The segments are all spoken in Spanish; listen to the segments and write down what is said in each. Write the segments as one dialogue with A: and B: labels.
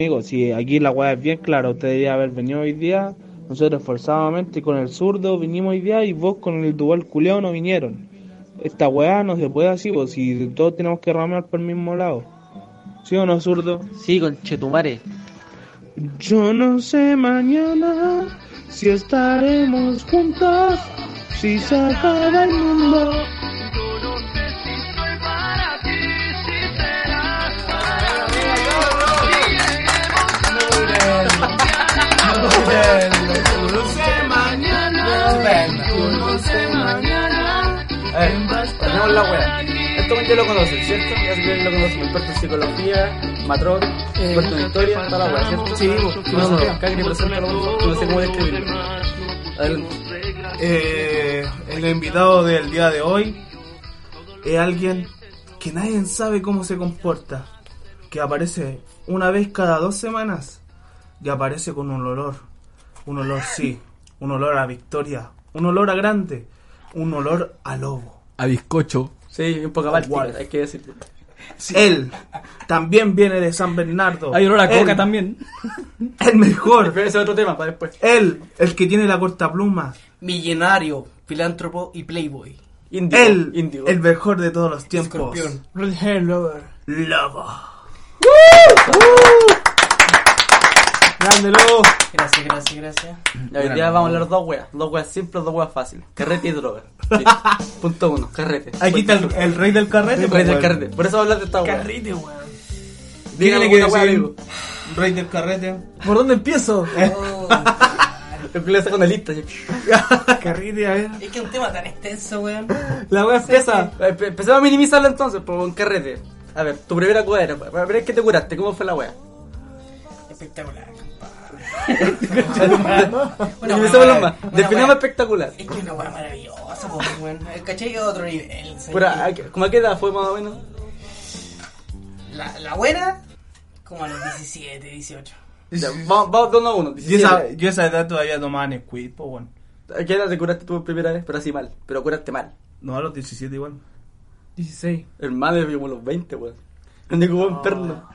A: Amigos, si aquí la weá es bien clara, usted debería haber venido hoy día. Nosotros forzadamente con el zurdo vinimos hoy día y vos con el dual culeo no vinieron. Esta weá no se puede así, pues si todos tenemos que ramear por el mismo lado. ¿Sí o no, zurdo?
B: Sí, con Chetumare.
A: Yo no sé mañana si estaremos juntos, si se acaba el mundo.
C: Eh, Tenemos eh, la wea. Esto ya lo conocen, ¿cierto? Ya sé que lo conocen. Experto en psicología, matrón, experto en historia, toda la wea, ¿cierto? Sí, no, no, Cagri presenta lo no sé cómo describirlo. Adelante.
D: Eh, el invitado del día de hoy es alguien que nadie sabe cómo se comporta, que aparece una vez cada dos semanas y aparece con un olor, un olor sí, un olor a victoria, un olor a grande, un olor a lobo.
E: A bizcocho.
C: Sí, un poco báltico,
D: Igual.
C: hay que decirlo.
D: Él también viene de San Bernardo.
E: Hay olor a
D: Él,
E: coca también.
D: El mejor,
C: Pero ese es otro tema para después.
D: él, el que tiene la corta pluma,
F: Millonario, filántropo y playboy.
C: Indio.
D: él,
C: Indio.
D: el mejor de todos los tiempos.
F: Escorpión.
B: Red Hair Lover.
D: Lobo.
A: Grande lobo.
F: Gracias, gracias, gracias.
C: Ya, hoy día vamos a hablar dos weas. Dos weas simples, dos weas fáciles. Carrete y droga. Sí. Punto uno, carrete. Pues,
A: Aquí está el, el rey del carrete.
C: El
A: pues,
C: rey del
A: weón.
C: carrete. Por eso hablas de esta wea.
F: Carrete, weón.
C: Dígale
A: ¿Qué
C: que
A: tiene
C: wea,
A: que decir?
C: amigo.
D: Rey del carrete.
B: ¿Por dónde empiezo?
C: Empieza con la lista. ya.
A: Carrete, a ver.
F: Es que es un tema tan extenso, weón.
B: La wea pesa.
C: Empe- Empecemos a minimizarlo entonces, por un carrete. A ver, tu primera cura era. A ver, ¿qué te curaste? ¿Cómo fue la wea?
F: Espectacular, compadre. Una
C: Minimizamos lo
F: wea
C: más.
F: marav- una
C: Definamos
F: wea-
C: espectacular.
F: Es que es una weá maravillosa, po, weón. El caché que es otro nivel. ¿sabes?
C: Pura, ¿a qué- ¿Cómo a qué edad fue más o menos?
F: La, la buena, como a los 17, 18.
C: Ya, vamos, vamos de uno a uno.
D: Yo esa,
C: 17.
D: yo esa edad todavía tomaba Nesquik, pues bueno.
C: ¿A qué edad te curaste tu primera vez? Pero así mal. Pero curaste mal.
D: No, a los 17 igual.
B: 16.
C: Hermano, yo como los 20, weón. Donde como un perno.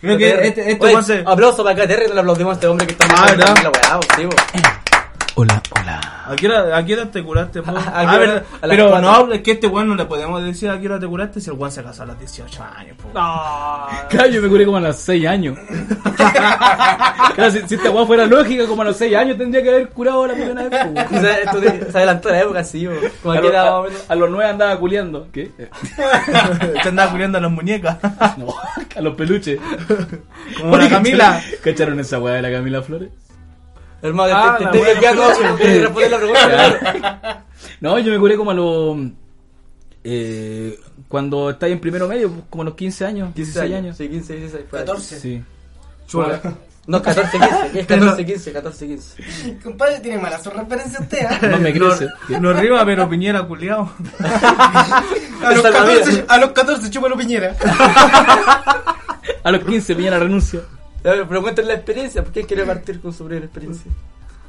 D: Creo que este, este
C: Oye,
D: weón se...
C: Aplauso para acá, Terry, no le aplaudimos a este hombre que está
D: Ah,
C: mal.
D: ¿verdad?
C: La weá, sí, weón.
E: Hola, hola.
D: ¿A qué, hora, ¿A qué hora te curaste, po?
C: ¿A qué
D: Ah,
C: hora?
D: verdad.
C: A las
D: Pero
C: cuatro.
D: no, es que este weón no le podemos decir a qué hora te curaste si el weón se casó a los 18 años, po.
E: Claro, yo me curé como a los 6 años. claro, si, si esta weá fuera lógica, como a los 6 años tendría que haber curado a la primera vez. po, weón.
C: O sea, esto te- se adelantó la época, sí, weón. Como a
E: A,
C: qué
E: los-
C: edad más o
E: a,
C: menos.
E: a los 9 andaba culiando. ¿Qué? Eh,
D: Te andaba culiando a las muñecas.
E: No, a los peluches.
D: Como la Camila.
E: ¿Cacharon esa weá de la Camila Flores?
C: Hermano, este- te-
B: Ah,
C: te
B: la
C: estoy
B: weá,
C: desviando. Te respondí este- la pregunta.
E: No, yo me curé como a los. eh, cuando estáis en primero medio, pues, como a los 15 años,
C: 15
E: 16 años.
C: Sí, 15, 16. fue ahí.
F: 14.
E: Sí.
C: No, 14, 15. ¿qué es 14, 15? 14, 15.
F: Compadre, tiene mala su referencia usted, ¿ah?
E: No me crece.
D: No rima, pero Piñera culiao.
C: A los 14.
F: a los 14, chúpalo piñera.
E: A los 15 Piñera renuncia.
C: Pero cuéntanos la experiencia. ¿Por qué quiere partir con su primera experiencia?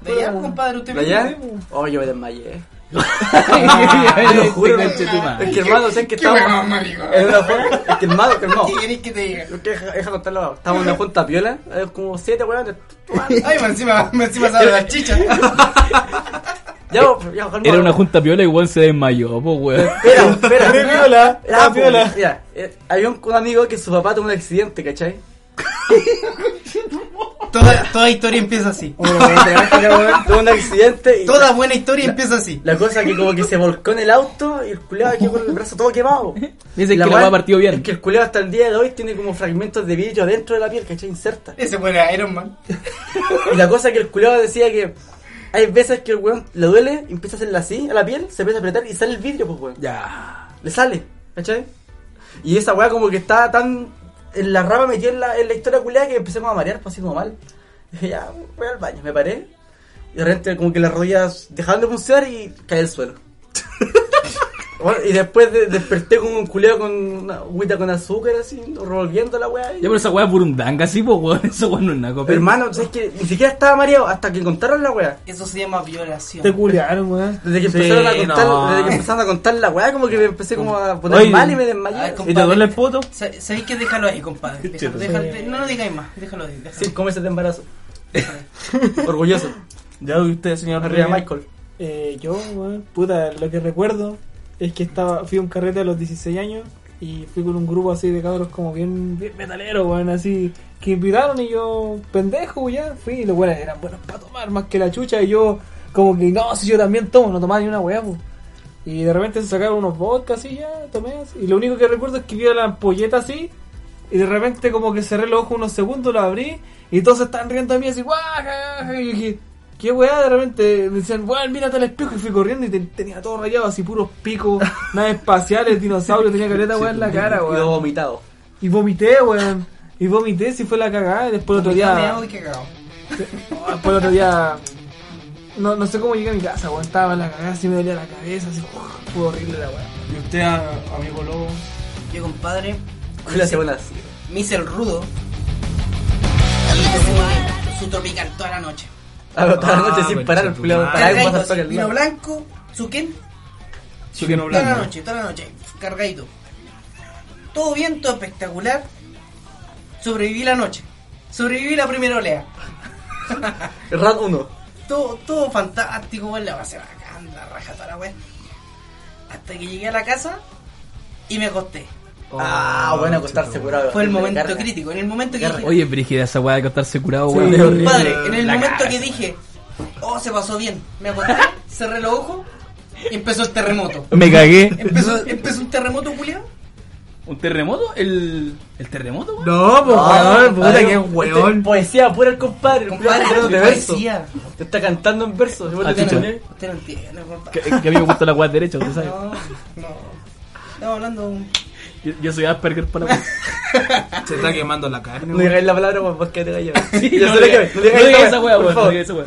F: De allá, compadre, usted
C: ¿De allá? Oh, yo me desmayé.
E: Te
C: Te lo juro.
E: este conche tu madre.
C: Es que hermano, sé que
F: Qué weón,
C: estamos.
F: marico.
C: En una forma. Es que hermano, que hermano.
F: ¿Qué querés que te diga?
C: Deja, deja contarlo. abajo. Estábamos en una junta piola, eh, como siete weones.
F: Ay, más encima, más encima sabe las chichas.
C: Ya, po, ya, calma.
E: Eh, Era una junta piola y weón se desmayó, po weón.
C: Espera, espera.
D: piola,
C: Ya,
D: está
C: po,
D: piola.
C: Ya, eh, había un, un amigo que su papá tuvo un accidente, ¿cachai?
F: Toda, toda historia empieza así.
C: tuvo un accidente y.
F: Toda buena historia empieza así.
C: La cosa que como que se volcó en el auto y el culeado aquí con el brazo todo quemado.
E: Dice que la
C: weá
E: weá partió bien.
C: Es que el culeado hasta el día de hoy tiene como fragmentos de vidrio dentro de la piel, ¿cachai? Inserta.
F: Ese fue el Iron Man.
C: Y la cosa que el culeado decía que hay veces que el weón le duele, empieza a hacerle así a la piel, se empieza a apretar y sale el vidrio, pues weón.
E: Ya.
C: Le sale, ¿cachai? Y esa weá como que está tan la rama metió en la, en la historia culiada que empecé como a marear, pues así como mal. Dije, ya, voy al baño. Me paré. Y de repente como que las rodillas dejaron de funcionar y caí al suelo. Bueno, y después de- desperté como un culiado con una agüita con azúcar así, revolviendo la weá. y-
E: Ya, pero esa weá es burundanga, sí, pues, weón. Esa weá no es nada,
C: Pero, Hermano, ¿sabes que Ni siquiera estaba mareado hasta que contaron la weá.
F: Eso se llama violación.
D: Te culiaron, weón.
C: Desde que,
D: Sí,
C: empezaron a contar,
D: no.
C: desde que empezaron a contar la weá, como que me empecé como a poner
D: Oye.
C: mal y me
F: Ay,
C: desmayé.
F: com-
D: ¿Y te duele el puto?
F: Sa- ¿Sabéis que déjalo ahí, compadre? Déjalo, déjalo- no lo digáis más, déjalo ahí. déjalo.
C: Cinco meses de embarazo. Orgulloso.
D: Ya y usted, señor.
C: Arriba
D: Rivera?
C: Michael.
G: Eh, yo, weón, puta, lo que recuerdo es que estaba, fui a un carrete a los 16 años y fui con un grupo así de cabros como bien, bien metalero, weón, así, que invitaron y yo, pendejo, ya, fui y los weones eran buenos para tomar más que la chucha y yo, como que, no, si yo también tomo, no tomaba ni una weá, pues. Y de repente se sacaron unos vodkas y ya, tomé así. Y lo único que recuerdo es que vi la ampolleta así. Y de repente como que cerré los ojos unos segundos, lo abrí. Y todos estaban riendo a mí así, guau, ja, ja, ja", Y yo dije, qué weá, de repente me decían, weón, mírate al espejo. Y fui corriendo y te- tenía todo rayado, así puros picos, naves espaciales, dinosaurios, tenía caleta weá en la cara,
C: Y dos
G: weón.
C: vomitado.
G: Y vomité, weón. Y vomité, si fue la cagada. Y después el otro día...
F: Meado y cagao.
G: Oh, Después el otro día. No, no sé cómo llegué a mi casa, weón. Estaba en la cagada, así me dolía la cabeza, así. uf, Fue horrible la weá.
D: ¿Y usted, a- amigo lobo?
F: Yo, compadre,
C: Con la semana así.
F: me hice el rudo. Y me tomé su tropical toda la noche.
C: A la otra
D: Ah,
C: noche sin
E: concha
C: parar, el
E: tu
C: culiao.
E: madre.
C: Para algo
F: Cargadito,
C: más
F: así,
C: hasta que
F: vino
C: el
F: blanco, suquén,
E: Yo que no
F: toda la noche, toda la noche, cargadito. Todo bien, todo espectacular. Sobreviví la noche. Sobreviví la primera olea.
C: Rat 1.
F: todo, todo fantástico, weón, la pasé bacán, la raja toda la weá. Hasta que llegué a la casa y me acosté.
C: Ah, bueno, acostarse curado.
F: Fue el
C: Me
F: momento
C: carga.
F: crítico, en el momento que
C: Guerra.
F: dije,
E: Oye, Brigida, esa weá de acostarse curado,
G: Sí.
E: weón. es horrible.
F: compadre, en el
E: La
F: momento
E: cagas.
F: que dije, oh, se pasó bien, me acosté, cerré los ojos y empezó el terremoto.
E: Me cagué.
F: Empezó, empezó un terremoto, Julián.
E: ¿Un terremoto? ¿El, el terremoto, weón?
D: No, pues, weón, puta,
C: Compadre,
D: qué
C: este,
D: weón.
C: Poesía pura el compadre. El
F: Compadre,
C: compadre de
F: qué
C: verso.
F: poesía.
C: Te está cantando en verso.
E: Ah, chucha.
F: Usted no entiende,
E: Que,
F: compadre.
E: que a mí me gusta la weá derecha, tú sabes.
F: No, no. Estamos hablando de un-
E: Yo, yo soy Asperger para la weá.
D: Se está quemando la carne,
C: No digáis la palabra, pues, porque te gallo.
E: Sí,
C: Yo
E: no
C: sé lo que
E: diga-
C: me-
E: no
C: digáis
E: diga
C: esta
E: esa
C: weá,
E: weá,
C: por
E: weón. No
C: favor.
E: diga esa weá.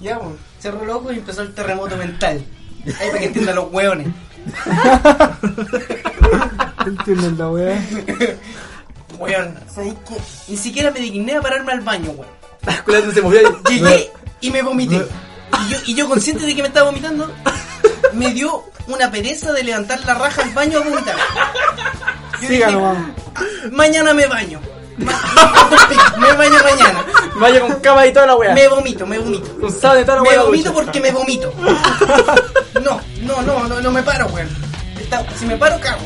F: Ya, weón. Cerró los ojos y empezó el terremoto mental. Ahí para que entiendan los hueones.
G: Entienden la weá.
F: Weón, ¿sabéis qué? Ni siquiera me digné a pararme al baño, weón.
C: La culiao no se movió.
F: Llegué y me vomité. Y yo, y yo consciente de que me estaba vomitando, me dio una pereza de levantar la raja al baño a vomitar. Yo
G: Siga
F: dije,
G: nomás.
F: mañana me baño. me baño mañana.
C: Vaya con cama y toda la weá.
F: Me vomito, me vomito.
C: Un sábado y toda la
F: Me
C: weá.
F: vomito
C: ducha.
F: porque me vomito. No, no, no, no, no me paro, weón. Esta- Si me paro, cago.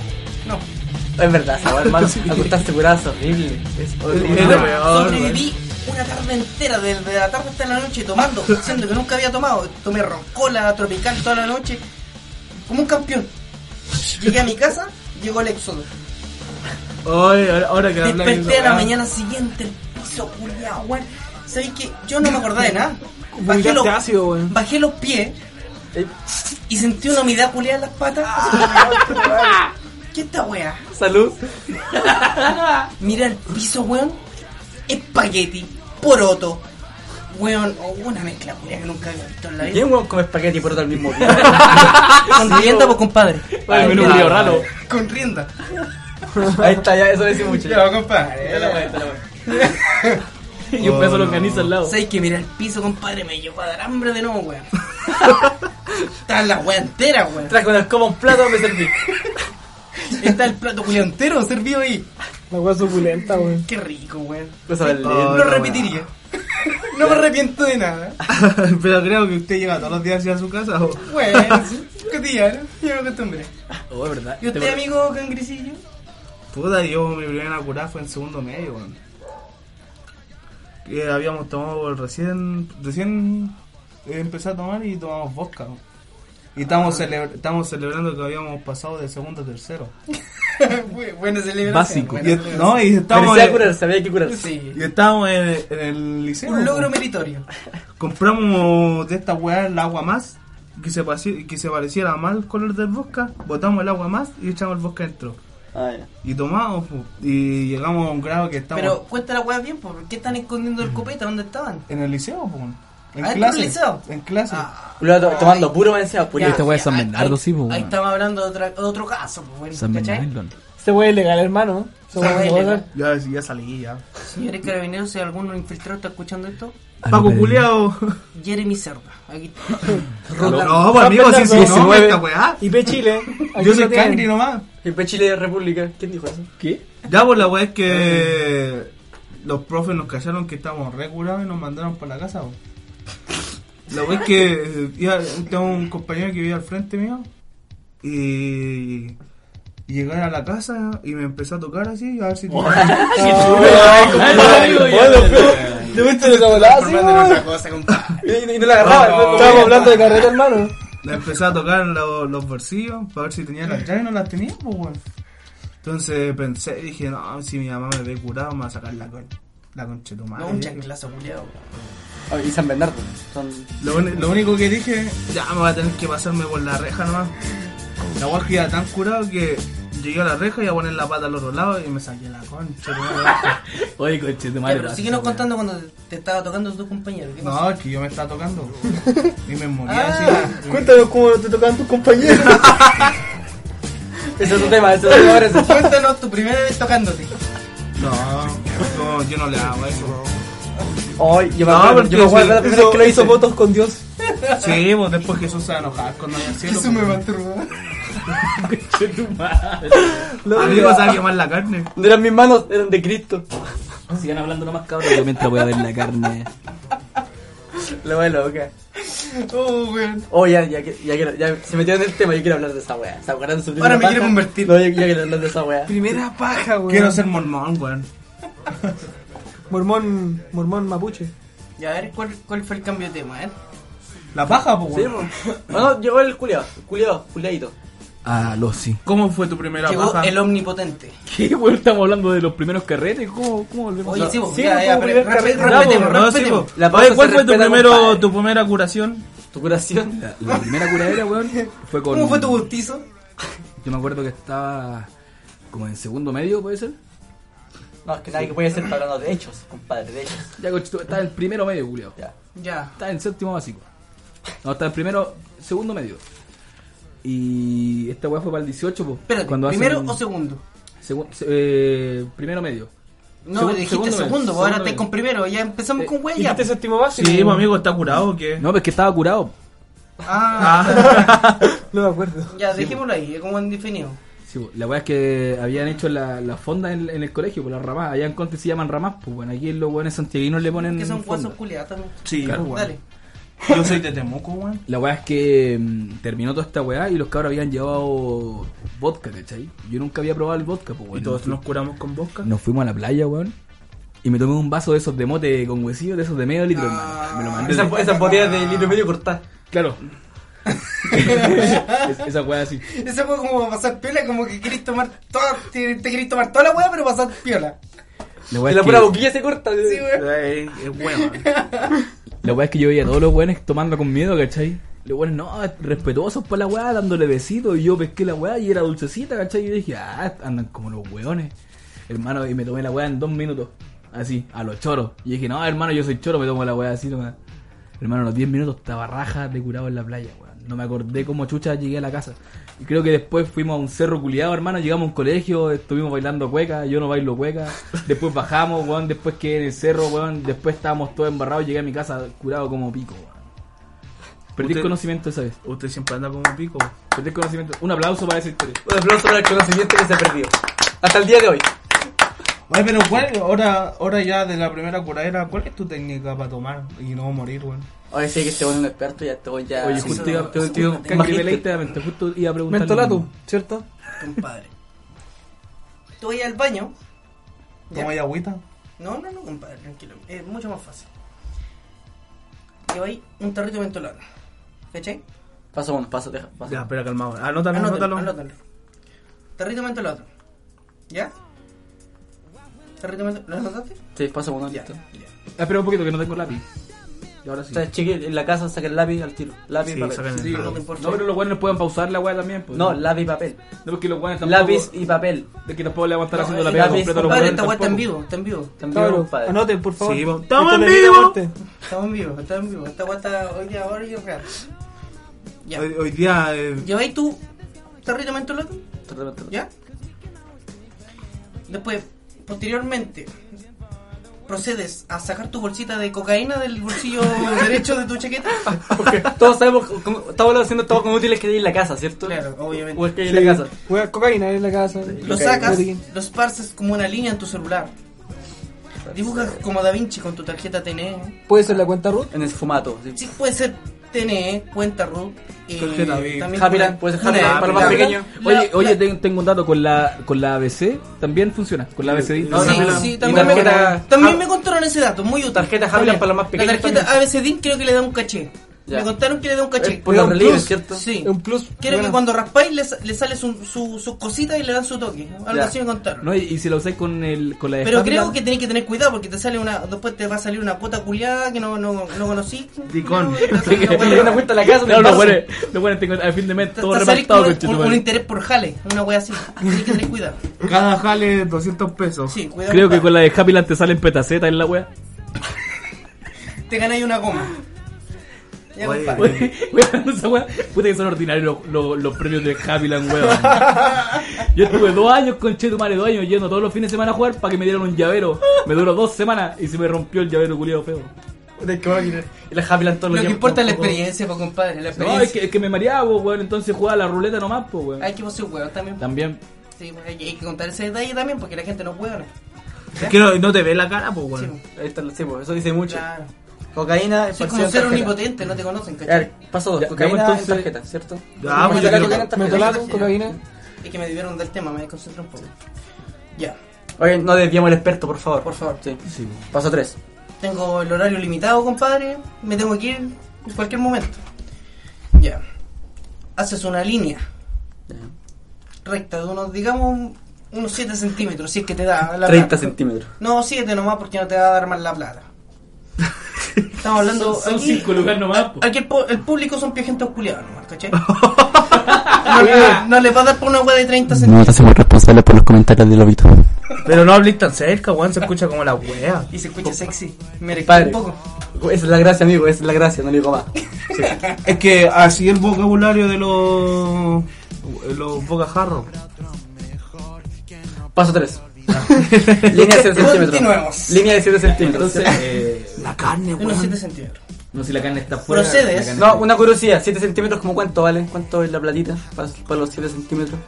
F: No.
C: Es verdad, esa weá, hermano. Acostarse curado es horrible. Es horrible.
D: Es
F: Bueno,
D: weón,
F: Sobreviví una tarde entera, desde la tarde hasta la noche, tomando, siendo que nunca había tomado. Tomé roncola tropical toda la noche, como un campeón. Llegué a mi casa, llegó el éxodo.
D: Oye, ahora- ahora que habláis de ah.
F: Desperté
D: esa
F: a la
D: weá.
F: mañana siguiente, el piso culiao, weón. ¿Sabéis que Yo no me acordaba de nada. Bajé los,
G: Vomitaste ácido, weón.
F: bajé los pies
D: Eh.
F: y sentí una humedad culiada en las patas. ¿Qué esta weá?
C: Salud.
F: Mira el piso, weón. Espagueti, poroto. Weón, o una mezcla culia que nunca había visto en la vida.
C: ¿Quién weón come espagueti por otro al mismo tiempo?
F: Con rienda, pues, compadre.
E: Ay, menos
C: Ah,
E: un lío raro.
F: Con rienda.
C: Ahí está, ya, eso dice mucho. Ya,
F: compadre.
C: Está la weá, está la weá.
E: Y un peso lo organiza al lado.
F: ¿Sabes que Mira el piso, compadre. Me llevó a dar hambre de nuevo, weón. Está la weá entera, weón.
C: Traje una escoba, un plato, me serví.
F: Está el plato culiao entero servido ahí.
G: La weá suculenta, weón.
F: Qué rico, weón.
C: Cosa del
D: Oh,
F: Lo
D: la weá.
F: repetiría. No me arrepiento de nada.
D: Pero creo que usted llega todos los días hacia su casa. ¿o?
F: Bueno, sí, cotidiano. Yo me acostumbré.
E: Oh, es verdad.
F: ¿Y usted, amigo cangrecillo?
D: Puta, yo mi primera curada fue en segundo medio, weón. Que habíamos tomado el recién. Recién eh, empecé a tomar y tomamos vodka, weón. Y
F: Ah.
D: estamos, celebra- estamos celebrando que habíamos pasado de segundo a tercero.
F: Bu- Buena celebración.
E: Básico.
F: buena
D: Y,
F: celebración.
D: no, y estábamos,
C: Parecía
D: en,
C: curarse, había que curarse.
F: Sí.
D: y estábamos en, en el liceo.
F: Un logro
D: weón.
F: meritorio.
D: Compramos de esta weá el agua más, que se, paci- que se pareciera más al color del vodka. Botamos el agua más y echamos el vodka dentro.
C: Ah, ya.
D: Y tomamos, pu, y llegamos a un grado que estamos
F: Pero cuenta la weá bien, pues, ¿por qué están escondiendo el copete? ¿Dónde estaban?
D: en el liceo, pu, en
F: Ah, ¿en
D: clase.
F: el liceo?
D: En clase.
F: Ah,
C: Luego to- tomando puro me decía,
E: Ya.
C: purito.
E: Esta weá es San
F: ahí-
E: Bernardo,
F: ahí-
E: sí, pues,
F: Ahí
E: weón.
F: estamos hablando de, otra- de otro caso, pues, bueno,
E: San
F: ¿cachai?
E: Bernardo.
G: Este weón es legal, hermano. Este
F: Este
G: weón
F: weón es
G: es legal.
F: legal.
D: Ya, ya salí, ya.
F: Señores carabineros, si alguno infiltrado está escuchando esto,
D: Paco culiao.
F: Jeremy Cerda. Aquí
D: No, pues amigo, si se no, esta weá.
G: Y P Chile. aquí
D: Yo
G: lo
D: soy
G: tienen.
D: cangri nomás.
C: El Chile de República. ¿Quién dijo eso?
E: ¿Qué?
D: Ya, pues la weá es que los profes nos callaron que estábamos re curados y nos mandaron para la casa, po. La weá es que eh, iba- tengo un compañero que vivía al frente mío y y llegar a la casa y me empezó a tocar así a ver si
G: ¿Te viste lo que hablaba así, weón?
C: Ah, Y no la agarraba.
G: Estábamos hablando de carreta, hermano.
D: Le empecé a tocar lo- los bolsillos para ver si tenía las llaves y no las tenía, pues, weón. Entonces pensé, dije, no, si mi mamá me ve curado, me va a sacar la, con- la concha de tu madre.
F: No, un chanclazo, culiado.
C: Ah, Y San Bernardo. Son...
D: Lo, uni- lo único que dije, ya me va a tener que pasarme por la reja nomás. La guardia iba tan curado que llegué a la reja y a poner la pata al otro lado y me saqué la concha. de tu madre.
E: Oye, coche, tu
F: Ya,
E: madre.
F: pero
E: pasa,
F: síguenos
E: weón.
F: contando cuando te, te estaba tocando tu compañero. ¿Qué pasó?
D: no, es que yo me estaba tocando. Y me moría
F: Ah,
D: así.
C: Cuéntanos cómo te tocaban tus compañeros. ese es tu tema, ese es tu tema. ahora sí.
F: Cuéntanos tu primera vez tocándote.
D: No, no, yo no le hago eso.
C: Ay, yo me
D: No,
C: acuerdo,
D: porque
C: yo me acuerdo
D: eso-
C: la primera vez que lo hizo voto.
G: Fotos con Dios.
D: Sí, pues después Jesús se va a enojar cuando me cielo. Jesús me va a A mí me vas a quemar la carne.
C: No eran mis manos, eran de Cristo.
E: Sigan hablando nomás, cabrón. Yo mientras voy a ver la carne.
C: La wea loca. Oh, ya, ya, que- ya, quiero- ya se metieron en el tema. Yo quiero hablar de esa wea. ¿Se acuerdan de su primera
F: Ahora me quiero
C: paja?
F: convertir.
C: No, yo, yo quiero hablar de esa wea.
G: Primera paja, weón.
D: Quiero ser mormón, weón.
G: Mormón, mormón mapuche.
F: Ya, a ver, ¿cuál, cuál fue el cambio de tema, eh?
D: La paja, pues,
C: Sí,
D: weón.
C: Bueno, Ah, llegó el culiado, culiado, culiadito.
E: Ah, lo sí.
D: ¿Cómo fue tu primera
F: Llegó
D: paja?
F: el omnipotente.
E: ¿Qué, weón? Estamos hablando de los primeros carretes. ¿Cómo, cómo volvemos
F: Oye,
E: a-
F: sí, vos,
G: sí,
F: ya,
G: como
F: ya, pero
G: primer
F: respe-
G: carrete,
F: respetemos,
D: No, sí,
F: respetemos.
D: po.
C: La
D: Oye,
C: paja
D: ¿cuál
C: se
D: fue tu,
C: respeta,
D: primero,
C: compadre.
D: tu primera curación?
C: Tu curación.
E: La, la primera curadera, weón, fue con.
F: ¿Cómo fue tu bautizo?
E: Yo me acuerdo que estaba como en segundo medio, ¿puede ser?
C: No, es que nadie que puede ser hablando de hechos, compadre, de hechos.
E: Ya, coche, tú- estaba en el primero medio, culiao.
C: Ya.
F: Ya.
E: Estaba en séptimo básico. No, estaba en primero, segundo medio. Y esta weá fue para el 18, pues.
F: Espérate,
E: hacen-
F: ¿primero o segundo?
E: segun- se- eh, primero medio.
F: No,
E: Segun-
F: dijiste segundo, pues,
E: segundo medio, segundo
F: ahora estáis
E: medio.
F: con primero. Ya empezamos
E: Eh,
F: con güey, ya.
G: ¿Dijiste séptimo básico?
D: Sí, pues
G: weón?
D: amigo, ¿está curado o qué?
E: No, pero es que estaba curado.
D: Ah,
G: No me acuerdo.
F: Ya, dejémoslo ahí, es como han definido.
E: Sí, po, la weá es que habían hecho la, la fonda en, en el colegio, por las ramas. Allá en Conte se llaman ramas, pues bueno, aquí los weones santiaguinos le ponen.
F: Que son
E: fonda.
F: guasos culiados también.
D: sí, pues, weón.
F: Dale.
D: Yo soy de Temuco, weón.
E: La weá es que mm, terminó toda esta weá y los cabros habían llevado vodka, ¿cachai? Yo nunca había probado el vodka,
D: Y
E: pues weón.
D: todos nos curamos con vodka.
E: Nos fuimos a la playa, weón. Y me tomé un vaso de esos de mote con huesillo, de esos de medio litro, hermano. Me lo mandé.
C: Esas esas botellas de litro y medio cortadas.
E: Claro. Es- esa weá así.
F: Esa fue como pasar piola, como que querés tomar toda, te, te querés tomar toda la weá, pero pasar piola.
E: La
C: Y
E: weá,
C: la
E: es
C: pura
E: que,
C: boquilla se corta.
F: Sí, weón.
D: Eh, Es weón.
E: la weá es que yo veía a todos los weones tomando con miedo, ¿cachai? Los weones, no, respetuosos por la weá, dándole besitos. Y yo pesqué la weá y era dulcecita, ¿cachai? Y yo dije, ah, andan como los weones. Hermano, y me tomé la weá en dos minutos. Así, a los choros. Y dije, no, hermano, yo soy choro, me tomo la weá así nomás. Hermano, a los 10 minutos estaba raja de curado en la playa, weón. No me acordé cómo chucha llegué a la casa. Y creo que después fuimos a un cerro culiado, hermano. Llegamos a un colegio, estuvimos bailando cueca. Yo no bailo cueca. Después bajamos, weón. Después quedé en el cerro, weón. Después estábamos todos embarrados. Llegué a mi casa curado como pico, weón. Perdí el
D: Usted-
E: conocimiento esa vez.
D: Usted siempre anda como pico.
E: Perdí el conocimiento. Un aplauso para esa historia.
C: Un aplauso para el conocimiento que se perdió. Hasta el día de hoy.
D: Oye, pero ¿cuál? Ahora, ahora ya de la primera curadera, ¿cuál es tu técnica para tomar y no morir, weón?
C: Oye, sí, que este bueno es un experto, ya este bueno ya.
E: Oye,
C: Sí,
E: justo
C: sí,
E: iba,
C: este bueno es un tío
E: más que
C: magíster.
E: deleitadamente, justo iba a preguntar.
G: Mentolato, ¿cierto?
F: Compadre. Tú vas al baño.
D: ¿Toma
F: Ya.
D: ya agüita?
F: No, no, no, compadre, tranquilo. Es mucho más fácil. Lleváis un tarrito de mentolado. ¿Cachai?
C: Paso uno, paso, deja, paso.
D: Ya, espera, calmado. Anótalo,
F: Anótalo,
D: anótalo.
F: anótalo. Tarrito de mentolado. ¿Ya? Tarrito de mentolado. ¿Lo anotaste?
C: Sí, paso uno,
F: Ya.
C: listo.
F: ya.
E: Ah, espera un poquito que no tengo lápiz. Y ahora sí.
C: O sea, chiquillos, en la casa saquen lápiz al tiro. Lápiz
D: Sí,
C: y papel.
D: sacan el
E: Sí,
D: lápiz.
E: no,
F: no, por
E: no, pero los weones pueden pausar la weá también. Pues.
C: No, lápiz y papel.
E: No, porque los weones tampoco.
C: Lápiz y papel.
E: De que tampoco le van a estar
F: eh,
E: haciendo la
C: el
E: pega
C: lápiz,
E: completa a los
F: Compadre,
E: weones.
F: esta weá está en
E: tampoco.
F: vivo, está en vivo.
C: También,
G: Cabros,
C: compadre.
G: anoten, por favor.
D: Sí, vamos.
G: Esto
D: ¡Estamos
G: es
D: en
G: la vida
D: vivo!
G: o muerte.
F: Estamos en vivo, estamos en vivo. Esta weá está hoy día, ahora y real. Ya.
D: Hoy, hoy día, eh,
F: Lleváis tu tarrito mentolado,
C: Tratamiento.
F: ¿ya? Después, posteriormente, procedes a sacar tu bolsita de cocaína del bolsillo derecho de tu chaqueta.
C: Todos sabemos, cómo- estamos haciendo todo con útiles que hay en la casa, ¿cierto?
F: Claro, obviamente.
C: O es que hay
G: Sí,
C: en la casa.
G: Juega cocaína en la casa.
F: Lo
G: Cocaína.
F: sacas,
G: Botiquín.
F: lo esparces como una línea en tu celular. Dibujas como Da Vinci con tu tarjeta TNE.
G: Puede ser la cuenta root.
C: En el fumato. Ah, ¿sí?
F: Sí, puede ser TNE, cuenta root. eh,
D: Tarjeta Vinci.
C: Happyland,
F: una-
C: puede ser
F: una-
C: Happyland, para el más
F: la-
C: pequeño.
F: la-
E: Oye,
F: la-
E: oye, ten- tengo un dato con la con la ABC, también funciona, con la ABC.
D: No,
F: sí,
D: Happyland.
F: sí, también,
C: Y tarjeta-
F: me, también
C: Hap-
F: me contaron ese dato, muy útil.
C: Tarjeta Happyland
F: También.
C: para los más pequeños
F: La tarjeta
C: también.
F: ABCDIN creo que le da un caché.
C: Ya.
F: Me contaron que le da un caché.
C: Es por los
G: un
C: relieves,
G: plus.
C: ¿cierto?
F: Sí.
G: Es un plus.
F: Quiero que
G: Bueno.
F: cuando raspáis le, sa- le sale su, su, sus cositas y le dan su toque. Algo
C: Ya.
F: así me contaron.
E: No, y, y si la usáis con el con la de
F: Pero
E: Happyland,
F: creo que tenés que tener cuidado porque te sale una, después te va a salir una cuota culiada que no, no, no conocí.
D: Dicón.
F: No, te va a salir
C: Porque
F: una
C: hay una
F: cuenta-
C: cuenta en la casa,
E: Claro,
C: en el
E: los
C: vaso.
E: weones, los weones tengo al fin de mes
F: te
E: todo
F: va a salir como
E: repartado,
F: un, un
E: conchetumare.
F: interés por jale, una wea así. Tienes que tener cuidado.
D: cada jale 200 pesos.
F: Sí, cuidado.
E: Creo que
F: compadre.
E: con la de Happyland te salen petacetas en la wea.
F: te ganáis una goma. Ya,
D: Oye,
F: compadre.
E: Oye, weón, esa wea, puta que son ordinarios los, los- los premios de Happyland, weón. Yo estuve dos años con Che dos años yendo todos los fines de semana a jugar para que me dieran un llavero. Me duró dos semanas y se me rompió el llavero culiado feo.
C: Puta, que bueno, Y la Happyland todos los
F: Lo que
C: días,
F: importa es la
C: un poco-
F: experiencia, pues, compadre. La
E: No, es
F: experiencia.
E: que, es que me mareaba, pues, weón, entonces jugaba a la ruleta nomás, pues, weón.
F: Hay que ser huevos también.
E: También.
F: Sí, pues, hay, hay que contar ese detalle también porque la gente no es huevona.
D: Es que no, no te ve la cara, pues, bueno.
F: Sí,
C: Ahí está, sí, pues, eso dice mucho.
F: claro.
C: Cocaína,
F: Soy
C: esparcido
F: como
C: en
F: ser
C: tarjeta.
F: omnipotente, no te conocen,
C: A ver,
F: ¿cachai?
C: paso dos,
E: Ya,
C: cocaína
E: vamos entonces-
C: en tarjeta, ¿cierto?
D: Ah, pues,
C: Yo
D: yo
C: creo
D: creo-
C: que-
G: Mentolado, cocaína.
F: Es que me dieron del tema, me desconcentré un poco. Ya,
C: Oye, no desviamos el experto, por favor.
F: por favor.
C: Sí. Paso tres.
F: Tengo el horario limitado, compadre. Me tengo que ir en cualquier momento. Ya. Haces una línea recta de unos, digamos, unos 7 centímetros, si es que te da la
C: 30
F: plata.
C: centímetros.
F: No, 7 nomás porque no te va a dar más la plata. Estamos hablando.
E: Son
F: aquí-
E: cinco lugares nomás, po.
F: Aquí el, po- el público son piajentos culiados nomás, ¿cachai? no, le- no le va a dar por una hueá de 30 centímetros.
H: hacemos responsables por los comentarios del lobito.
D: Pero no hables tan cerca, weón, se escucha como la wea.
F: Y se escucha sexy. Me
C: Padre.
F: un poco.
C: Esa es la gracia, amigo, esa es la gracia, no digo más.
D: Es que así el vocabulario de los. los bocajarros.
C: Paso 3. Línea de 7
F: Continuemos.
C: centímetros. Línea de 7 centímetros.
E: Entonces,
C: ¿cierto?
E: eh,
D: La carne,
F: Unos
D: weón.
F: 7 centímetros.
E: no si la carne está fuera.
F: Procedes.
E: la carne
C: No,
E: está-
C: una curiosidad, 7 centímetros, ¿como cuánto vale? ¿Cuánto es la platita para, para los 7 centímetros?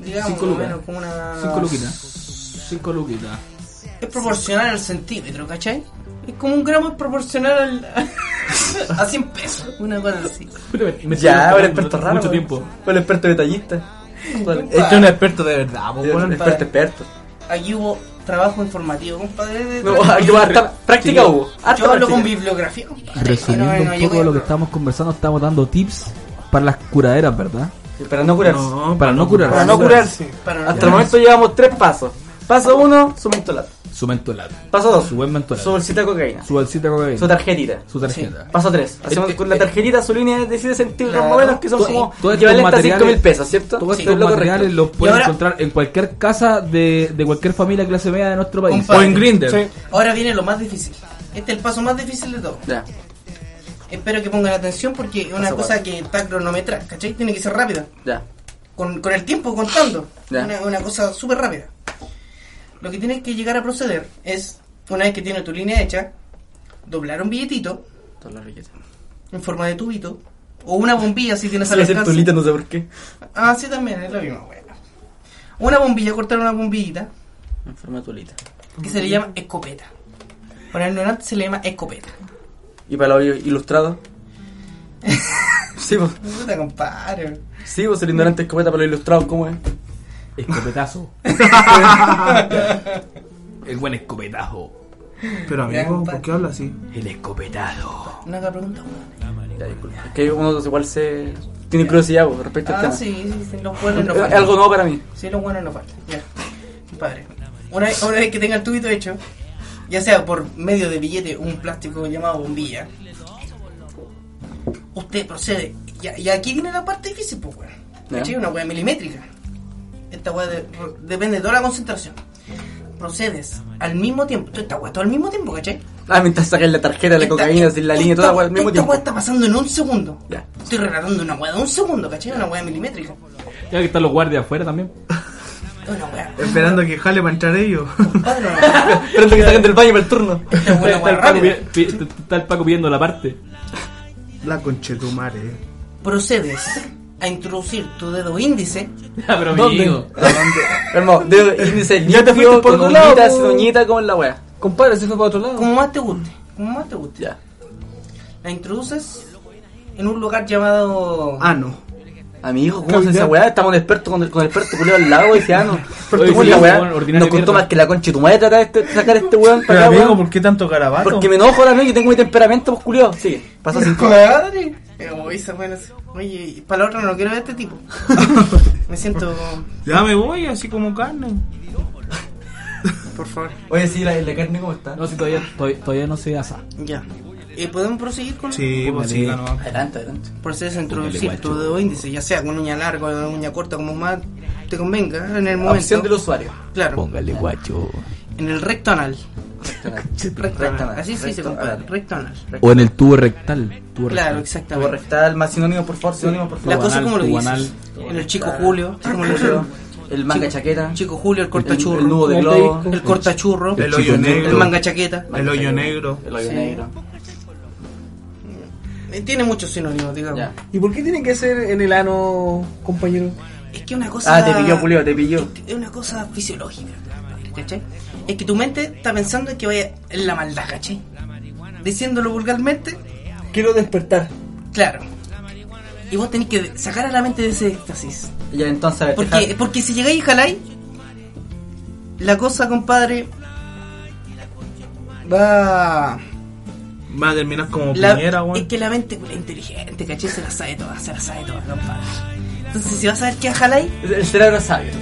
F: Digamos, más o
E: Cinco lucas.
F: menos como una.
E: Cinco luquitas. Cinco luquitas.
F: Es proporcional al centímetro, ¿cachai? Es como un gramo es proporcional al. a 100 pesos. Una cosa así.
E: Puta, me- me estoy
C: Ya, el
E: enterando
C: experto raro.
E: Mucho
C: güey.
E: tiempo.
C: Fue el experto detallista. Vale.
D: Este es un experto de verdad, pues,
C: El
D: weón.
C: experto, experto.
F: Aquí hubo trabajo informativo, compadre. de-
C: No, aquí va, harta práctica hubo. harta
F: Yo hablo con
C: práctica.
F: bibliografía, compadre.
E: Resumiendo
F: No, no,
E: un
F: yo
E: poco de lo que
F: creo-
E: estábamos conversando, estamos dando tips para las curaderas, ¿verdad?
C: Para no curarse.
D: No,
E: Para no curar.
G: Para no curarse.
F: Para no
C: Hasta el momento llevamos 3 pasos. Paso 1, su mentolado.
E: Su mentolado.
C: Paso 2,
E: Su buen mentolado.
C: su bolsita de cocaína.
E: Su bolsita con
C: Su tarjetita.
E: Su tarjeta.
C: Paso 3. Hacemos
E: Este-
C: con la tarjetita su línea de 7 centímetros
F: Claro.
C: más o menos, que son
E: Todo- este
C: como
E: todos estos
C: equivalente a 5
E: materiales-
C: mil pesos, ¿cierto?
E: Todos
C: Sí,
E: estos
C: es lo correcto.
E: materiales
F: Y
E: los este pueden
F: ahora-
E: encontrar en cualquier casa de, de cualquier familia clase media de nuestro país.
F: Compadre. O en
E: Grinder.
G: Sí.
F: Ahora viene lo más difícil. Este es el paso más difícil de todo.
C: Ya.
F: Espero que pongan atención porque es una
C: Paso
F: cosa que está cronometrada, ¿cachai? Tiene que ser rápida.
C: Ya.
F: Con, con el tiempo contando.
C: Ya.
F: Una, una cosa súper rápida. Lo que tienes que llegar a proceder es, una vez que tienes tu línea hecha, doblar un billetito
C: Todas las riquezas.
F: en forma de tubito o una bombilla si tienes al
C: Iba a ser
F: alcance.
C: tulita, no sé por qué.
F: Ah, sí, también, es lo mismo, bueno. Una bombilla, cortar una bombillita
C: En forma de tulita.
F: que se le llama escopeta. Para el ignorante se le llama escopeta.
C: ¿Y para los ilustrados? sí, vos.
F: Puta, compadre.
C: Sí, vos, el ignorante escopeta para los ilustrados, ¿cómo es?
E: Escopetazo. el buen escopetazo.
D: Pero
F: Ya,
D: amigo,
F: compadre.
D: ¿por qué habla así?
E: El escopetado.
F: No haga pregunta, weón.
C: Ya, disculpa. Es que uno igual se... Tiene curiosidad vos, respecto al
F: Ah,
C: tema.
F: sí, sí, sí, los buenos no
C: Es
F: faltan.
C: algo nuevo para mí.
F: Sí, los buenos no faltan. Ya. Compadre. Una vez, una vez que tenga el tubito hecho, ya sea por medio de billete o un plástico llamado bombilla, usted procede. Y, a- y aquí viene la parte difícil, pues, weón. ¿Cachai? Una weá milimétrica. Esta weá de- depende de toda la concentración. Procedes al mismo tiempo. Esta weá todo al mismo tiempo, ¿cachai?
C: Ah, mientras sacas la tarjeta, la
F: Esta-
C: cocaína, sin la
F: esta-
C: línea, toda la weá al mismo
F: Esta
C: tiempo.
F: weá está pasando en un segundo.
C: Ya.
F: Estoy relatando una weá de un segundo, ¿cachai? Una weá milimétrica.
E: Ya que están los guardias afuera también.
F: Una weá.
D: Esperando que jale para entrar ellos.
F: Compadre, una weá.
C: Esperando que saquen del baño para el turno.
F: Esta weá, una
E: Está
F: weá
E: el, Paco,
F: rápida.
E: pi- pi- está el Paco pidiendo la parte.
D: La conchetumare.
F: Procedes a introducir tu dedo índice
E: Ya, pero
G: ¿Dónde?
E: amigo.
C: Hermano, dedo índice
G: Ya te
C: limpio,
G: fuiste por
C: con
G: otro lado,
C: uñitas,
G: po.
C: doñita, como en la weá.
G: Compadre, se fue para otro lado.
F: como más te guste. Como más te guste.
C: Ya.
F: La introduces en un lugar llamado.
D: Ah, no.
C: Amigo, ¿cómo hace esa weá? Estamos expertos con el, con el experto culiao al lado y dice, ah, no. Experto
E: Oye,
C: culiao,
E: sí,
C: weá.
E: weón, ordinario
C: Nos costó
E: mierda.
C: más que la concha de tu madre tratar este, sacar este weón
D: Pero
C: para acá,
D: amigo,
C: weón.
D: ¿por qué tanto garabato?
C: Porque me enojo ahora, amigo, que tengo mi temperamento, pues culiao. Sigue. Pasa cinco.
F: Compadre. Eh, oye, esa buena- Oye, y para la otra no quiero ver a este tipo. Me siento.
D: Ya me voy, así como carne.
F: Por favor.
C: Oye, sí, la, la carne, ¿cómo está?
E: No, si todavía, todavía, todavía no se asa.
F: Ya. Eh, ¿Podemos proseguir con
D: Sí, pues sí,
E: vale.
D: no.
C: Adelante, adelante.
F: proceso de introducir tu dedo índice, ya sea con uña larga o uña corta, como más te convenga en el momento.
C: Opción del usuario.
F: Claro,
E: Póngale guacho.
F: en el recto anal. Recto
C: Recto
F: anal.
C: anal.
F: Así se dice,
C: Recto
F: compadre.
C: anal.
F: Recto anal.
E: O en el tubo rectal.
F: Claro,
E: Tubo rectal.
C: Tubo
F: exactamente.
C: rectal, más sinónimo, por favor, sinónimo, por
F: La
C: favor.
F: cosa es como lo
E: Tubo
F: dices.
E: anal.
F: En el chico Julio, así como lo
C: Julio,
F: dices.
C: el manga
F: Chico-
C: chaqueta,
F: Chico Julio, el cortachurro.
C: el nudo de
F: el
C: globo.
F: El cortachurro.
D: El hoyo negro.
F: El manga chaqueta.
D: El hoyo negro.
C: el hoyo
F: Sí.
C: negro.
F: Eh, Tiene muchos sinónimos, digamos.
C: Ya.
G: ¿Y por qué tiene que ser en el ano, compañero?
F: Es que una cosa.
C: Ah, te pilló, Julio, te pilló.
F: Es una cosa fisiológica, ¿cachai? Es que tu mente está pensando que vaya en la maldad, ¿cachai? Diciéndolo vulgarmente,
G: Quiero despertar.
F: claro. Y vos tenés que sacar a la mente de ese éxtasis.
C: Ya, entonces, a ver,
F: Porque, porque si llegáis y jaláis, la cosa, compadre, va...
D: Va a terminar como
F: La-
D: piñera,
F: es
D: weón.
F: que la mente es inteligente, ¿cachai? Se la sabe toda, se la sabe toda, compadre. Entonces, si vas a ver qué jaláis,
C: dejar- el cerebro sabio.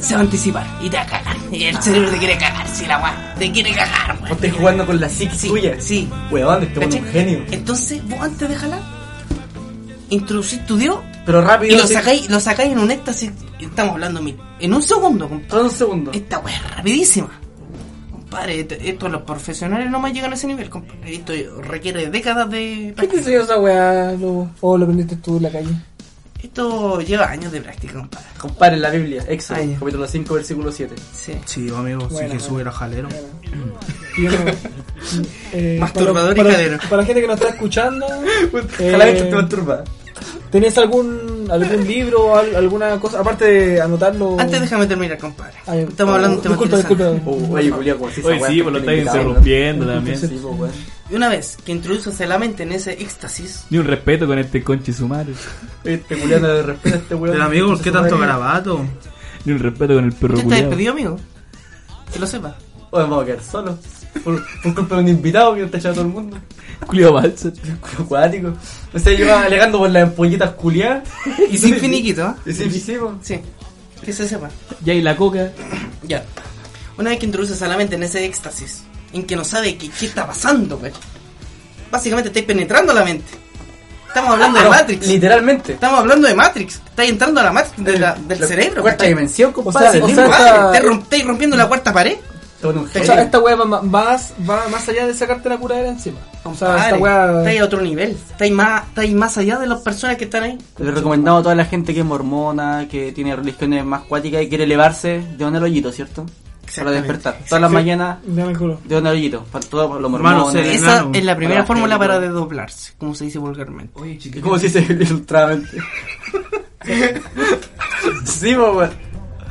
F: se va a anticipar y te va a cagar. Y el cerebro te quiere cagar, si la weá. Te quiere cagar,
C: Ah. Vos
F: weón.
C: estás jugando con la psiquis
F: Sí,
C: tuya.
F: sí.
C: Weón, este weón es
F: ¿Cachai?
C: un genio.
F: Entonces, vos antes de jalar, introducís tu dedo
C: Pero rápido.
F: y lo
C: sí.
F: sacáis, lo sacáis en un éxtasis. Estamos hablando mil- en un segundo, compadre.
C: Todo un segundo.
F: Esta weá es rapidísima. Compadre, esto- esto los profesionales nomás llegan a ese nivel, compadre. Esto requiere décadas de
G: ¿Qué te
F: práctica.
G: enseñó esa weá, lobo? ¿O lo aprendiste tú en la calle?
F: Esto lleva años de práctica, compadre.
C: Compare la Biblia, Éxodo,
F: Ay, ya.
C: capítulo 5, versículo 7.
F: Sí.
D: Sí, amigo, sí
G: Bueno,
D: que sube era jalero.
G: Yo no- eh,
F: Masturbador y
G: para, para,
F: cadero.
G: para la gente que nos está escuchando, eh,
C: Ojalá que te masturba.
G: ¿tenés algún, algún libro o al- alguna cosa? Aparte de anotarlo.
F: Antes déjame terminar, compadre.
G: Ay,
F: Estamos hablando de un tema
G: Disculpa,
F: interesante.
G: disculpa.
C: Oh, Oye, Julián, como si esa
E: Oye,
C: weá
E: sí, pues lo
C: está
E: estáis
C: invitado,
E: interrumpiendo también.
C: Sí, pues, weón.
F: Y una vez que introduces la mente en ese éxtasis,
E: Ni un respeto con este conche sumario.
C: Este Julián no le respeta a este weón.
D: Pero amigo, ¿por qué tanto garabato?
E: Ni un respeto con el perro
F: usted está
E: culiado.
F: despedido, amigo. Que lo sepa.
C: Oye, vamos a quedar solos. Por, por culpa de un invitado que está echando a todo el mundo.
E: Culiado balsa.
C: Culo acuático. O sea, yo iba alegando por las ampolletas culiadas.
F: Y sin finiquito, ¿ah?
C: Y sí, sí, pues.
F: Sí. Que se sepa.
E: Ya, y la coca.
F: Ya. Una vez que introduces a la mente en ese éxtasis, en que no sabe qué, qué está pasando, güey. Básicamente estáis penetrando la mente. Estamos hablando de
C: No,
F: Matrix.
C: Literalmente.
F: Estamos hablando de Matrix. Estáis entrando a la Matrix de la- del cerebro,
C: Cuarta
F: güey.
C: dimensión,
G: sea,
C: compadre.
G: o
C: O
G: sea,
C: sea,
G: esta-
F: Estáis rom- estáis rompiendo la cuarta pared.
C: un
G: O
C: genio.
D: eh,
G: sea, esta weá va, ma- más, va más allá de sacarte la curadera encima. O sea, esta
F: Compadre, estáis
G: weá.
F: a otro nivel. Estáis más, estáis más allá de las personas que están ahí.
C: Le recomendamos a toda la gente que es mormona, que tiene religiones más cuáticas y quiere elevarse de un hoyito, ¿cierto? Para
F: Exactamente.
C: despertar. Todas las mañanas
G: Dame el culo.
C: de un hoyito. Para todos los
D: Hermano,
C: mormones.
D: se-
F: Esa
D: Claro.
F: es la primera
C: Para
F: fórmula
C: hacerlo.
F: para desdoblarse, como se dice vulgarmente.
C: Es como si se ultramente. sí, po, weón.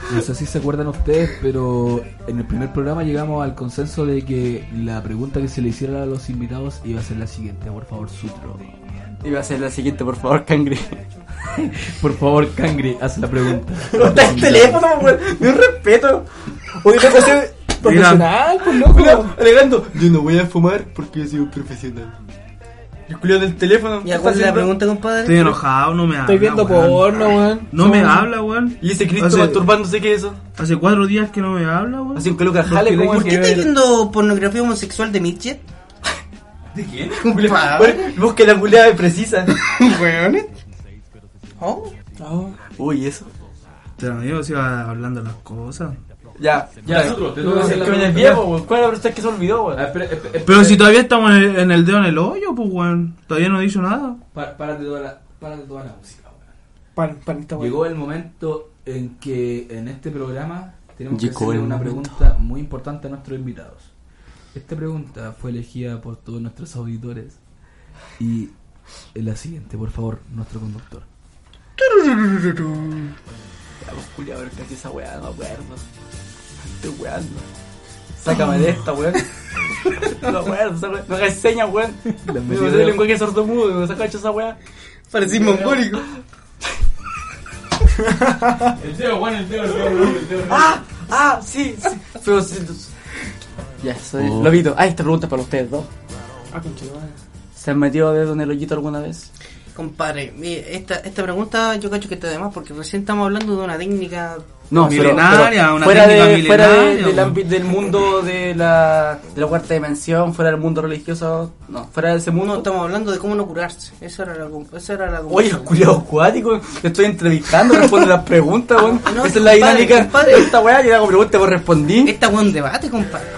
E: No sé si se acuerdan ustedes, pero en el primer programa llegamos al consenso de que la pregunta que se le hiciera a los invitados iba a ser la siguiente. Por favor, Sutro.
C: Iba a ser la siguiente, por favor, cangre.
E: Por favor, Cangri, haz la pregunta.
C: No está el teléfono, weón. Ni un respeto.
G: Oye, tengo que ser profesional, pues loco.
C: Alegando, yo no voy a fumar porque yo soy un profesional. El culiao del teléfono.
F: ¿Y cuál es la
C: haciendo?
F: pregunta,
D: Estoy
F: compadre?
D: enojado, no me habla.
G: Estoy viendo
D: weón.
G: porno, weón.
D: No me habla, weón.
C: Y ese Cristo
D: Hace-
C: masturbándose, ¿qué es eso?
D: Hace cuatro días que no me habla, weón.
C: A 5 lucas, jale
D: Porque
C: como
D: de-
F: ¿Por qué
C: el-
F: estás viendo pornografía homosexual de Midget?
C: ¿De quién?
F: Compadre.
C: Bueno, Busca la culiada precisa.
F: Oh,
C: Uy, eso.
D: Te lo digo, se iba hablando las cosas.
C: Ya,
E: Ya, nosotros, te toca
C: Es
E: hacer
C: que
E: la
C: me
E: pregunta.
C: desvié, weón. ¿Cuál es la pregunta que se olvidó,
E: Ah,
C: weón?
E: espera, espera, espera.
D: Pero si todavía estamos en el, en el dedo en el hoyo, pues, weón. Todavía no he dicho nada.
E: Pa- Párate toda la, párate toda la música, weón.
G: Pan, pan, esta weón.
E: Llegó el momento en que en este programa tenemos
H: Llegó
E: que hacerle
H: el
E: una
H: momento.
E: pregunta muy importante a nuestros invitados. Esta pregunta fue elegida por todos nuestros auditores y es la siguiente, por favor, nuestro conductor.
C: Ya, pues, culiao, pero que esa weá, no, weón. Estoy weando. Sácame de esta, weón. No, weón, esa weá. No hagas señas, weón.
E: La
C: Me dio el lenguaje sordomudo, me saca hecho esa weá.
F: parecís mongólico.
C: ¡Ah! ¡Ah! Sí, sí. Pero, sí, los- Ya, soy
H: Oh.
C: Lobito. Ah, esta pregunta es para ustedes dos.
G: Ah, conchetumare.
C: ¿Se han metido dedo en el hoyito alguna vez?
F: Compadre, mire, esta, esta pregunta yo cacho que está de más porque recién estamos hablando de una técnica
C: No, pero-
D: Milenaria,
C: pero
D: una
C: fuera,
D: técnica
C: de, fuera de-
D: milenaria,
C: del,
D: weón.
C: ámbito- del mundo de la, de la cuarta dimensión, fuera del mundo religioso, no, fuera de ese
F: No,
C: mundo.
F: estamos hablando de cómo no curarse. Esa era la, com- esa era la
C: Oye,
F: conclusión.
C: culiado acuático, te estoy entrevistando, responde las preguntas, weón.
F: No,
C: Esa es la
F: compadre,
C: dinámica.
F: compadre.
C: Esta weá, yo le hago preguntas, vos respondí.
F: Esta weón debate, compadre.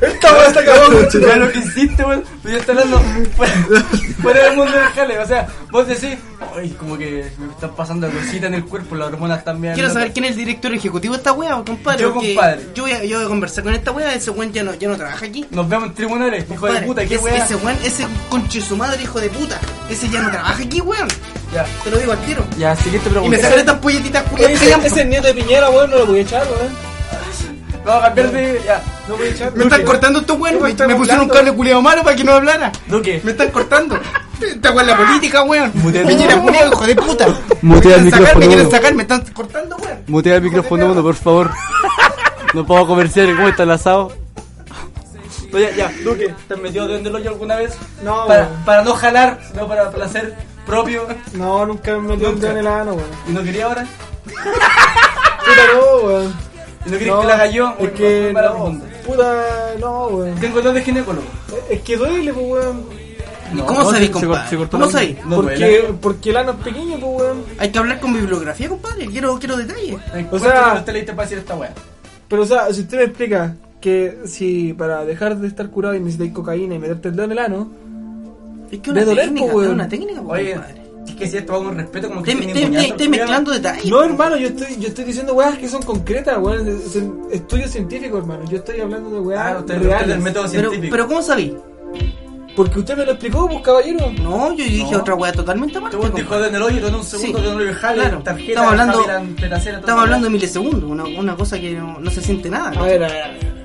C: Esta weá está cagada, Ya lo que hiciste, weón. Pues yo estoy hablando fuera, fuera del mundo del jale. O sea, vos decís, ay, como que me están pasando cositas en el cuerpo, las hormonas también.
F: Quiero saber quién es el director ejecutivo de esta wea, compadre.
C: Yo,
F: porque
C: compadre.
F: Yo voy, a, yo voy a conversar con esta wea, ese weón ya no, ya no trabaja aquí.
C: Nos vemos en tribunales, hijo de
F: Compadre,
C: puta, qué
F: ese-
C: weá.
F: Ese weón, ese conche su madre, hijo de puta. Ese ya no trabaja aquí, weón.
C: Ya,
F: Te lo digo al tiro.
C: ya, siguiente
F: Y me
C: pregunta.
F: salen estas polletitas
G: Oye,
F: culiadas.
G: Ese, ese nieto de Piñera, weón, no lo voy a echar, weón.
C: Vamos a cambiar de. Ya,
G: No voy a echar.
F: Me están cortando estos weones,
G: Me
F: me,
G: están
F: me pusieron un
G: hablando.
F: cable culiado malo para que no hablara.
C: Duque.
F: Me están cortando. Esta weón es la política, weón.
C: Mutea el
F: Piñera culiao, hijo de puta. Me
H: Mutea el
F: quieren sacar, me
H: micrófono.
F: quieren sacar, me están cortando, weón.
C: Mutea el micrófono uno, por favor. No puedo comerciar, ¿cómo está el asado? ya, ya, Duque, ¿te has metido dentro del hoyo alguna vez?
G: No,
C: Para,
G: weón.
C: para no jalar, sino para placer propio.
G: No, nunca me metió un dedo en el ano, weón.
C: ¿Y no quería ahora?
G: Puta, no, weón.
C: ¿Y no quería
G: No,
C: que la cayó?
G: Es que.
C: Para
G: no,
C: vos.
G: puta, no, weón.
C: Tengo dos de ginecólogo.
G: Es que duele, pues, weón.
F: ¿Cómo
C: no,
F: sabéis,
C: se-
F: compadre?
C: se cortó
F: ¿Cómo
C: la uña.
F: sabéis?
C: No duele.
G: porque, porque el ano es pequeño, pues, weón.
F: Hay que hablar con bibliografía, compadre. Quiero, quiero detalles.
C: O sea, te leíste para decir esta weá.
G: Pero, o sea, si usted me explica que si para dejar de estar curado y necesitáis cocaína y meterte el dedo en el ano,
F: Es que una
G: De doler,
F: técnica,
G: po, weón.
F: es una técnica, po,
C: Oye,
F: compadre.
C: es que si esto va con respeto, como que
F: Estoy
C: tienen
F: estoy-
C: coñazo,
F: estoy- estoy
C: culiao.
F: mezclando detalles.
G: No, hermano, yo estoy, yo estoy diciendo weas que son concretas, weón. Es- es- Estudios científicos, hermano. Yo estoy hablando de weas
C: Ah, usted usted es
G: reales.
C: del método
F: Pero,
C: científico.
F: pero ¿cómo sabéis?
G: Porque usted me lo explicó, pues, caballero.
F: No, yo dije
C: No.
F: otra weá totalmente aparte.
C: Tú te
F: compadre.
C: jodas en el hoyo, tú en un segundo
F: Sí.
C: que no lo jale,
F: Claro.
C: tarjeta,
F: Estamos hablando-
C: Javier, Peracera, todo eso.
F: Estamos hablando de milisegundos, una, una cosa que no, no se siente nada.
G: A ver, a ver, a ver.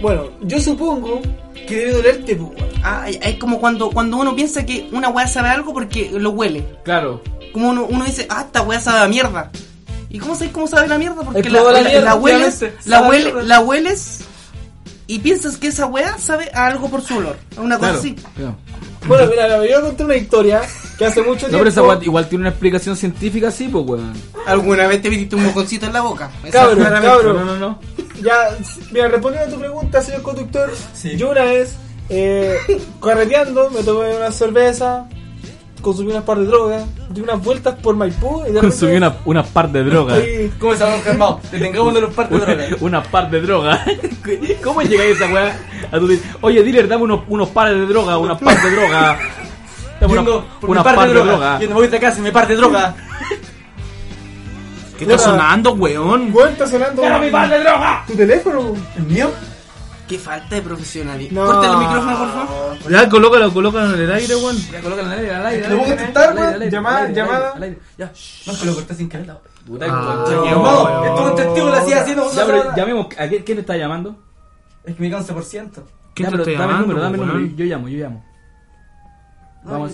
G: Bueno, yo supongo que debe dolerte, pues, weón.
F: Ah, es- es como cuando, cuando uno piensa que una weá sabe algo porque lo huele.
E: Claro,
F: Como uno, uno dice, ah, esta weá sabe a mierda. ¿Y cómo sabes cómo sabe la mierda? Porque
G: Es
F: la,
G: como la
F: la-
G: mierda,
F: la hueles,
G: obviamente.
F: la,
G: Sabe a
F: huele-
G: mierda.
F: la hueles y piensas que esa weá sabe a algo por su olor. a Una cosa
E: claro.
F: así.
E: claro.
G: Bueno, mira, yo conté una historia que hace mucho
E: No,
G: tiempo.
E: pero esa weá igual tiene una explicación científica, sí, pues, weón.
F: ¿Alguna vez te metiste un mojoncito en la boca? Esa
G: Cabro,
F: claramente-
G: cabro.
E: No, no, no.
G: Ya, mira, respondiendo a tu pregunta, señor conductor, yo una vez, eh, carreteando, me tomé una cerveza, consumí unas par de drogas, di unas vueltas por Maipú y de
E: Consumí
G: repente
E: una, una par de droga.
G: estoy-
C: ¿Cómo estamos calmados? Detengamos de los partes de droga.
E: una par de droga. ¿Cómo llegáis a esa weá? A tu di- Oye, dealer, dame unos, unos pares de droga, unas par de droga. Dame una,
C: Yendo por
E: una
C: mi parte de droga. Yo no voy de acá si me parte droga.
D: ¿Qué está sonando, weón?
G: Weón, está sonando un-
C: de droga!
G: tu teléfono.
C: ¿El mío?
F: Qué falta de profesionalismo.
G: No.
F: Corta el micrófono, por favor.
D: Ya, colócalo, colócalo en el aire, weón.
E: Ya, colócala al aire, al aire.
G: ¿Lo
E: al
G: puedo
C: este.
E: aire, al
G: intentar,
E: aire,
G: weón?
E: al aire,
G: Llamada,
E: al aire, al aire,
G: llamada.
E: al aire. Ya.
C: No, que lo corté sin querer.
E: Puta,
D: Ah,
E: concha,
D: no.
E: qué
D: No,
E: bueno.
C: Estuvo un testigo, lo hacía haciendo
E: Ya, pero llamemos. ¿A quién, quién está llamando?
C: Es que me cansa por ciento.
D: ¿Quién te
E: Ya, pero
D: está
E: dame el
D: llamando,
E: número, dame el
D: weón?
E: número. Yo, yo llamo, yo llamo. Vamos.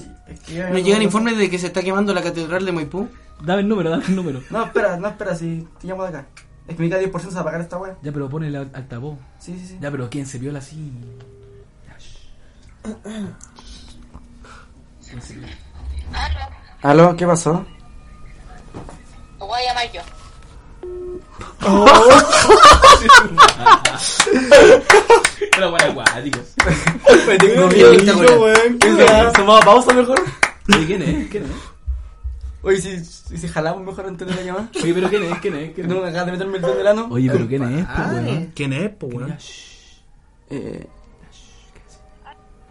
F: Nos llegan informes de que se está quemando la catedral de Maipú.
E: Dame el número, dame el número.
C: No, espera, no, espera, si te llamo de acá. Es que me queda 10% para pagar esta wea.
E: Ya, pero pone el alt- altavoz.
C: Sí, sí, sí.
E: Ya, pero ¿quién se viola así?
C: Aló, ¿qué pasó?
I: Lo voy a llamar yo.
E: Pero bueno, acuático.
C: ¿Tomaba pausa mejor?
E: Oye, ¿quién es? ¿Quién es?
C: Oye, si, si, si jalamos mejor antes de la llamada.
E: Oye, pero ¿quién es? ¿Quién es?
C: Que
E: ¿Quién
C: no
E: es?
C: me acabas de meterme el dedo en el ano.
E: Oye, pero ¿quién es? po, weón?
D: ¿Quién es, po, weón?
C: Eh.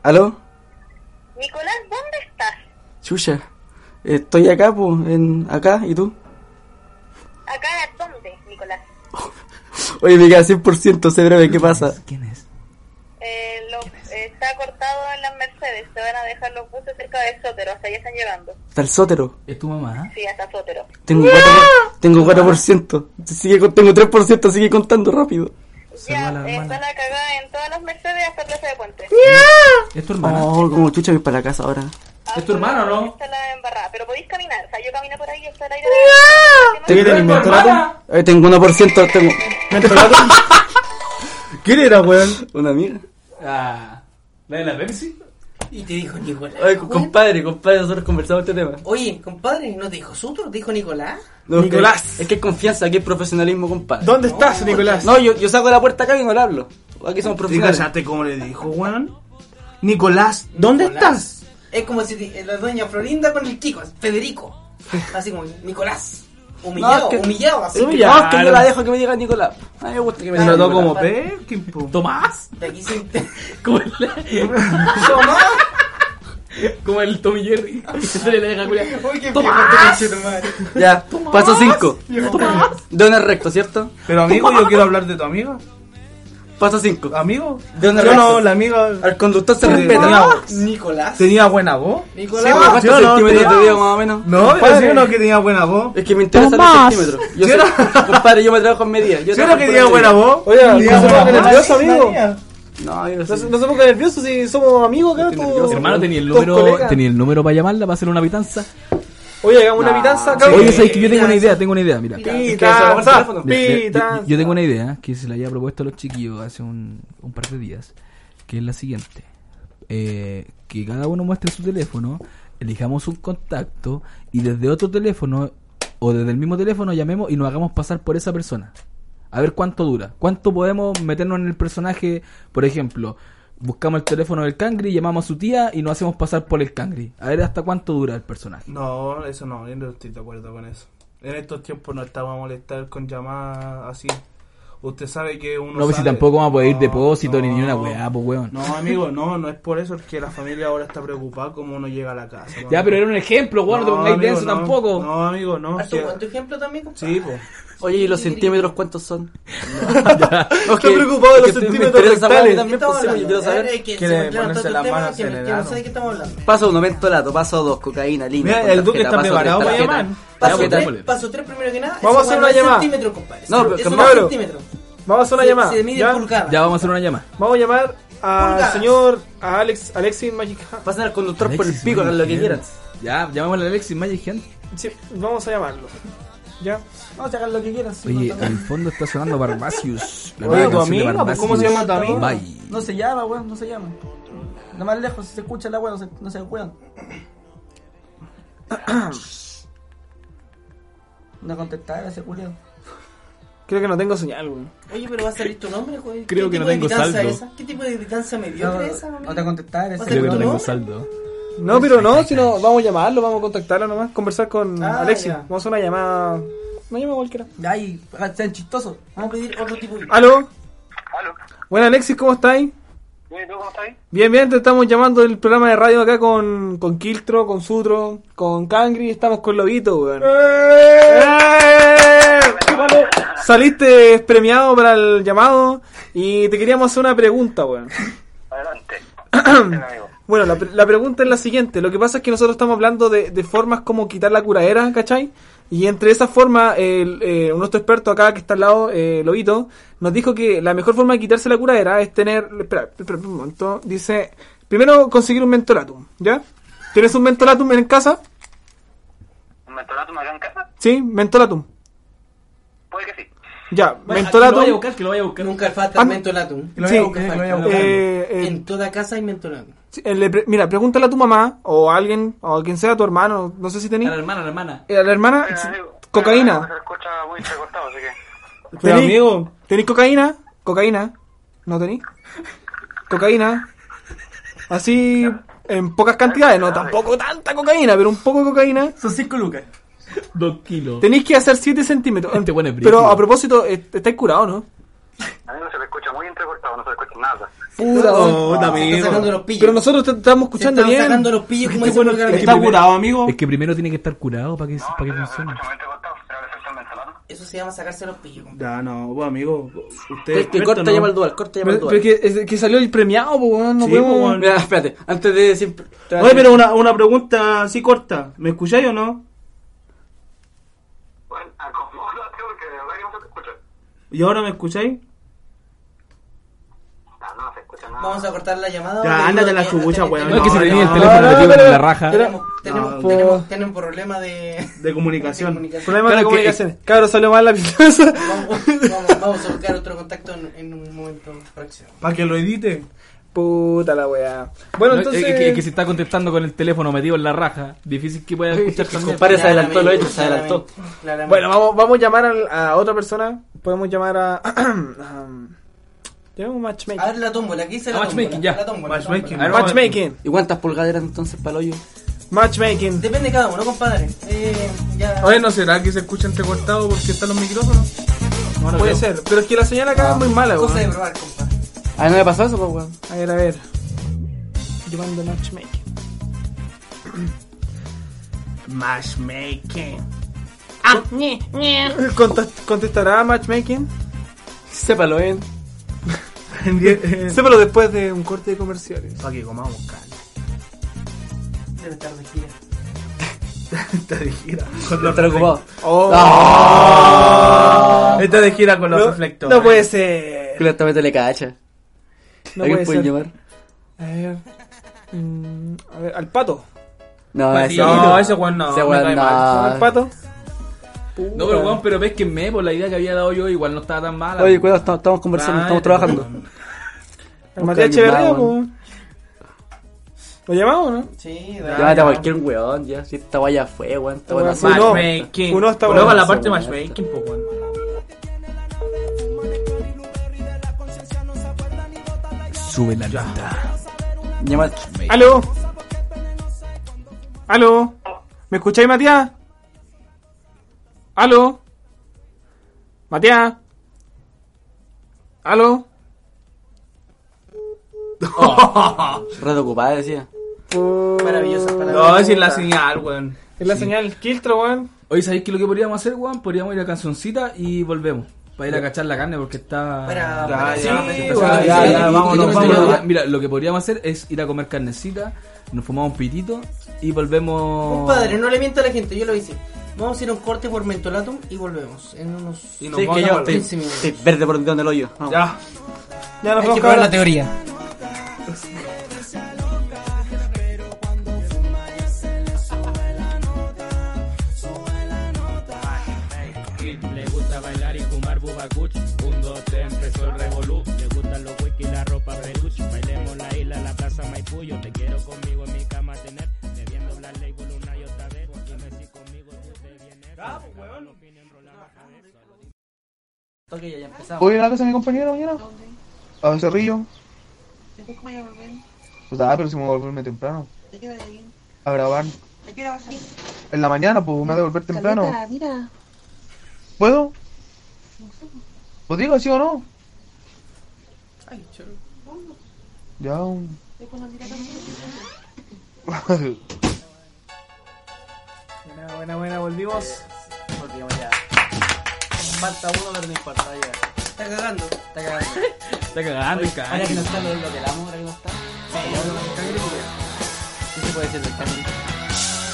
C: ¿Aló?
I: Nicolás, ¿dónde estás?
C: Chucha. Estoy acá, pues, en acá, ¿y tú?
I: Acá, ¿dónde, Nicolás?
C: Oye, me queda 100%, sé breve, ¿qué pasa?
E: ¿Quién es?
I: Eh, lo, eh, está cortado en las Mercedes. Se van a dejar los buses cerca de Sótero. Hasta allá están llegando.
C: Está el sótero.
E: ¿Es tu mamá?
I: Sí, hasta Sótero.
C: Tengo 4%. Tengo 4%. Sigue, con- tengo 3%, sigue contando rápido.
I: Ya, eh, están a cagar en todas las Mercedes hasta Plaza de Puente.
E: ¿Es tu hermana?
C: Oh, como chucha voy para la casa ahora.
E: ¿Es tu hermano o no?
I: Ah, Está la embarrada. Pero podéis caminar. O sea, yo camino por ahí y está el aire. de-
C: ¿Te quieren mi
E: hermana?
C: Ay, Eh, tengo 1%, tengo
D: ¿Quién era, weón?
C: una amiga.
E: Ah, ¿La de la Pepsi?
F: Y te dijo Nicolás.
C: Ay, co- compadre, compadre, nosotros conversamos este tema.
F: Oye, compadre, ¿no te dijo Sutro? ¿Te dijo Nicolás?
C: No,
D: Nicolás.
C: Es que, es que es confianza, aquí es profesionalismo, compadre.
D: ¿Dónde estás, Nicolás?
C: No, yo, yo saco la puerta acá y no le hablo. Aquí somos
D: ¿Te
C: profesionales.
D: callaste como le dijo, weón? Nicolás, ¿dónde estás?
F: Es como si te- la doña Florinda con el chico, Federico. Así como Nicolás. Humillado,
C: No, es que-
F: humillado. Así
C: No, es que yo la dejo que me diga Nicolás. A mí me gusta que me
D: Me
C: diga
D: trató
C: Nicolás.
D: como Perkin, po.
E: ¿Tomás?
F: De aquí se inter-
E: Como el, como el Tommy Jerry. Se le deja culiar.
C: Ya, paso 5. De una recto, ¿cierto?
D: Pero amigo, yo quiero hablar de tu amiga.
C: Paso 5.
D: ¿Amigo?
C: De una
D: Yo no,
C: recto.
D: la amiga Eh,
C: Al conductor se
D: tenía,
C: respeta.
F: Nicolás.
D: tenía buena voz.
C: Sí, pues, ¿cuántos
D: Yo no,
C: centímetros
D: tenía-
C: te digo más o menos?
D: No, pero sí o no que tenía buena voz.
C: Es que me interesan los centímetros. Yo
D: ¿Sí
C: sé,
D: era?
C: compadre, yo me trabajo en medidas. Yo
D: ¿Sí o no
C: trabajo
D: que
C: en
D: tenía buena
C: medidas.
D: voz?
G: Oye, no se ponga nervioso, amigo.
C: No, amigo,
G: No
C: sí.
G: se- no se ponga nervioso si somos amigos acá.
C: Estoy
G: po.
C: nervioso.
E: Hermano, tenía el
G: Todos
E: número,
G: colegas.
E: tenía el número para llamarla, para hacer una pitanza.
G: Oye, hagamos una
C: No,
G: pitanza
C: sí.
G: acá.
E: Oye, ¿sabes que yo tengo una idea? Tengo una idea, mira.
G: Pitanza,
C: Yo-
E: Mira, mira, yo-
G: pitanza.
E: Yo tengo una idea que se la había propuesto a los chiquillos hace un, un par de días, que es la siguiente. Eh, que cada uno muestre su teléfono, elijamos un contacto y desde otro teléfono o desde el mismo teléfono llamemos y nos hagamos pasar por esa persona. A ver cuánto dura, cuánto podemos meternos en el personaje, por ejemplo. Buscamos el teléfono del Cangri, llamamos a su tía y nos hacemos pasar por el Cangri. A ver hasta cuánto dura el personaje.
D: No, eso no, yo no estoy de acuerdo con eso. En estos tiempos no estamos a molestar con llamadas así. Usted sabe que uno.
E: No, pues si
D: sale-
E: tampoco vamos a poder ir
D: No,
E: depósito ni
D: no.
E: ni una weá, pues weón.
D: No, amigo, no, no es por eso, es que la familia ahora está preocupada como uno llega a la casa.
E: Ya, pero era un ejemplo, weón, no te pongáis
D: amigo,
E: denso
D: no.
E: tampoco.
D: No, amigo, no.
F: ¿Has
D: sí,
F: tomado tu ejemplo también, compadre?
D: Sí, pues.
C: Oye, ¿y los centímetros cuántos son?
D: Estoy preocupado de los centímetros
C: rectales.
F: ¿De qué
C: También,
F: estamos
C: pues, sí,
F: hablando?
C: yo quiero
F: A ver,
C: saber.
F: es que
D: Quiere
F: se mezclaron
D: ponerse
F: tantos
D: las
F: temas
D: manos
F: que
D: en el
F: yo no
D: ano.
F: sé de qué estamos hablando.
C: Paso uno, mentolato. Paso dos, cocaína, línea.
D: Mira, el Duque está preparado para llamar.
F: Paso
E: pues,
C: Tarjeta.
F: tres, paso tres primero que nada.
G: Vamos a hacer una llamada.
F: centímetro, compadre.
C: No, pero
F: eso no es
C: cabrón.
F: centímetro.
G: Vamos a hacer una
F: Se-
G: llamada.
F: Se mide
G: ¿ya?
F: en pulgadas.
E: Ya vamos a hacer una llamada.
G: Vamos a llamar al
F: Pulgadas.
G: señor
D: Ah,
G: a Alex, Alexis Magic Hand.
C: Pasen al conductor por el
E: Alexis
C: pico, hagan lo que
E: Magic
C: quieran.
E: Hand. Ya, llamémosle a Alexis Magic Hand.
G: Sí, vamos a llamarlo. ¿Ya? Vamos a hacer lo que quieras.
E: Oye, al fondo está sonando Barbacius. La
G: Oye,
E: nueva
G: tu
E: canción de
G: amiga, pues, ¿cómo se
E: Barbacius.
G: llama tu amiga?
E: Bye.
C: No se llama, weón, no se llama. Nada más lejos, si se escucha la weón, no se, no se weón. No contestar ese culiado.
G: Creo que no tengo señal, güey.
F: Oye, pero va a salir tu nombre, güey.
E: Creo
F: ¿Qué
E: que
F: tipo
E: no
F: de
E: tengo
F: gritanza
E: saldo.
F: esa? ¿Qué tipo de gritanza mediocre es esa,
C: No te contestar
F: Vas a
C: ese
E: Creo que no
F: ¿Tu
E: tengo
F: nombre?
E: saldo.
G: No, pero no, sino vamos a llamarlo, vamos a contactarlo nomás, conversar con
F: Ah,
G: Alexis.
F: ya.
G: Vamos a una llamada. No llama cualquiera.
C: Ay,
F: ah,
C: sean chistosos.
F: Vamos a pedir otro tipo de...
G: ¿Aló? ¿Aló? Bueno, Alexis, ¿cómo estáis?
J: Bien, ¿y tú cómo estás ahí?
G: Bien, bien, te estamos llamando del programa de radio acá con, con Kiltro, con Sutro, con Cangri, estamos con Lobito, weón. ¡Eh! Saliste premiado para el llamado y te queríamos hacer una pregunta, weón.
J: Adelante.
G: Bueno, la, pre- la pregunta es la siguiente. Lo que pasa es que nosotros estamos hablando de, de formas como quitar la curadera, ¿cachai? Y entre esas formas, el, eh, nuestro experto acá que está al lado, eh, Lobito, nos dijo que la mejor forma de quitarse la curadera es tener... Espera, espera un momento. Dice, primero conseguir un mentolatum, ¿ya? ¿Tienes un mentolatum en casa?
J: ¿Un mentolatum acá en casa?
G: Sí, mentolatum.
J: Puede que sí.
G: Ya,
E: Ah, Que lo
G: mentolatum.
E: vaya a buscar, que lo vaya a buscar.
F: Nunca falta
G: Ah,
F: el mentolatum.
G: lo vaya a buscar,
F: Nunca
G: que lo vaya a
F: falta.
G: buscar. Eh, eh.
F: En toda casa hay mentolatum.
G: Sí, eh, le pre- mira, pregúntale a tu mamá o a alguien, o a quien sea, tu hermano, no sé si
E: A
G: tenés.
E: la hermana, a la hermana.
G: Eh, A la hermana,
J: Pero,
G: sí,
J: amigo,
G: cocaína.
J: Se escucha muy recortado, así que...
G: Pero
D: Tení-
G: amigo, ¿tenéis cocaína? ¿Cocaína? ¿No tenéis? ¿Cocaína? Así en pocas cantidades, no tampoco tanta cocaína, pero un poco de cocaína.
D: Son 5 lucas.
E: Dos kilos.
G: Tenéis que hacer 7 centímetros.
E: Este bueno es brígido.
G: pero a propósito, est- estáis curado, ¿no?
J: A mí no se le escucha muy entrecortado, no se le escucha nada.
G: Puta,
D: Oh,
G: weón.
D: amigo.
F: Están sacando los pillos.
G: Pero nosotros te estamos
F: Se
G: escuchando
F: están
G: bien.
F: sacando los pillos como dice Morgan.
D: ¿Está curado, amigo?
E: Es que primero tiene que estar curado para que,
J: No,
E: para que
J: se- se
E: funcione.
J: escucha muy entrecortado. ¿Será el efecto del mentolatum?
F: Eso se llama sacarse los pillos. compadre.
D: Ya, no, pues, amigo. Usted es
K: Que, que
D: experto,
K: corta
D: ¿no?
K: llama al dual, corta llama al
G: Pero,
K: dual.
G: pero que, es que salió el premiado, po, weón, no
D: Sí,
G: podemos-
D: po, weón.
K: Mira, espérate, antes de siempre.
D: Oye, pero una, una pregunta así corta. ¿Me escucháis o no?
J: Bueno, acomódate porque de verdad que no se te escucha.
D: ¿Y ahora me escucháis?
J: No, no se escucha nada.
F: Vamos a cortar la llamada.
D: Ya,
F: Tenemos-
D: ándate a la
F: eh,
D: chubucha,
F: tenemos-
D: weón.
E: No es que se
D: No,
E: tenía el
D: no,
E: teléfono
G: no,
E: metido
G: pero-
E: en la raja.
F: Tenemos, tenemos,
D: No,
F: tenemos, tenemos problema de...
D: De comunicación.
F: De comunicación.
D: Problema
G: Problema de
D: de
G: comunicaciones. Cabros, salió mal la pistola.
F: Vamos, vamos, vamos a buscar otro contacto en, en un momento próximo.
D: Para que lo edite.
G: Puta la weá. Bueno,
E: No,
G: entonces.
E: es, que, es que si está contestando con el teléfono metido en la raja, difícil que pueda escuchar también.
K: Compadre, se adelantó lo
F: Claramente,
K: hecho, se adelantó.
F: claramente, claramente.
G: Bueno, vamos, vamos a llamar al- a, otra persona. Podemos llamar a. um, Tenemos un
F: A
G: matchmaker.
F: ver la tómbola, ¿qué dice la
E: Ah,
F: tómbola?
E: matchmaking, ya.
F: La tómbola, la
D: Matchmaking.
E: Ah,
F: tómbola.
D: A ver, vamos a ver.
G: matchmaking.
K: ¿Y cuántas pulgadas eran entonces para el hoyo?
G: Matchmaking.
F: Depende de cada uno, compadre. Eh, ya.
D: Oye, ¿no será que se escucha entrecortado porque están los micrófonos?
G: Puede ser. Pero es que la señal acá es muy mala,
F: Cosa de
G: weón.
F: probar, compadre.
K: Ah, no me pasó eso, pues, weón.
G: A ver, a ver. Yo mando matchmaking.
D: Matchmaking.
G: Contest- ¿Contestará matchmaking?
K: Sépalo, eh.
D: eh,
G: Sépalo después de un corte de comerciales.
D: Para que comamos carne.
F: Debe estar de gira.
D: Está de gira.
K: No estaré ocupado.
G: Oh,
D: Está de gira con los
G: no,
D: reflectores.
G: no puede ser.
K: Claramente le cacha.
G: No
K: ¿A quién
G: puede
K: pueden
G: ser.
K: llamar?
G: A ver. mm, a ver, al pato.
K: Ah, No, ese
D: No, ese weón no.
K: Ese
D: me
K: weón
D: cae mal.
G: Al
K: no.
G: pato.
E: No, pero weón, pero ves que me, por la idea que había dado yo, igual no estaba tan mala. Ah,
K: Oye, cuidado, estamos, estamos conversando,
D: Cállate,
K: estamos trabajando.
D: weón.
G: Al
K: alguien más,
G: Matías Echeverría, po,
K: weón.
G: weón. ¿Lo llamamos o no?
F: Sí, dale.
K: Llámate a cualquier weón, ya. Si esta guaya fue, weón. Esta guaya
G: Weón,
K: fue.
G: sí, Pues, no.
D: Matchmaking.
G: Uno está
D: Luego
G: bueno.
D: la parte matchmaking, po,
E: pues,
D: weón.
E: Sube la nota.
K: Llama-
G: ¿Aló? ¿Aló? ¿Me escucháis, Matías? ¿Aló? ¿Matías? ¿Aló?
K: Red ocupada, decía.
F: Maravillosa palabra.
D: No, es la señal, weón.
G: Es la señal Kiltro, weón.
E: Oye, ¿sabéis qué es lo que podríamos hacer, weón? Podríamos ir a cancioncita y volvemos. Para ir a cachar la carne porque está.
F: Para-
E: Ya,
F: para-
E: ya,
F: sí,
E: ya,
F: weón.
E: ya,
F: Ya,
E: ya,
F: ya,
E: ya,
F: vámonos,
E: ya,
F: vámonos.
E: ya, Mira, lo que podríamos hacer es ir a comer carnecita, nos fumamos un pitito y volvemos.
F: Compadre, no le miento a la gente, yo lo hice. Vamos a ir a un corte por mentolatum y volvemos en unos
D: Y nos
K: Sí,
D: vamos
K: que
D: a
K: yo
D: la-
K: estoy,
F: 15 minutos.
K: estoy verde por donde el hoyo. Vamos.
D: Ya.
G: Ya nos
F: Hay que
G: vamos
F: probar
G: a
F: la teoría.
K: Le gusta bailar y fumar bubacuch Un, dos, tres, empezó el revolú Le gustan los whisky y la ropa peluche Bailemos la isla, la plaza Maipú Yo te quiero conmigo en mi cama tener Bebiendo la ley una y otra vez Dime si conmigo tú te vienes
F: Ok, ya, ya empezamos.
A: ¿Voy a ir a la casa de mi compañero mañana? A Becerrillo. Pues ah, pero si me voy a volverme temprano. A grabar. En la mañana, pues me voy a volver temprano. ¿Puedo? ¿Os digo sí o no? Ya un...
G: Buena, buena, buena, volvimos.
C: Volvimos ya. Nos falta uno, pero no importa ya.
F: Está cagando. Está
C: cagando.
E: Está cagando el
C: Ahora que no está
E: cagando.
C: lo lo que la amo, ahora que no está. Ahora que no está el cangrejo, ya. ¿Qué se puede decir del cangrejo?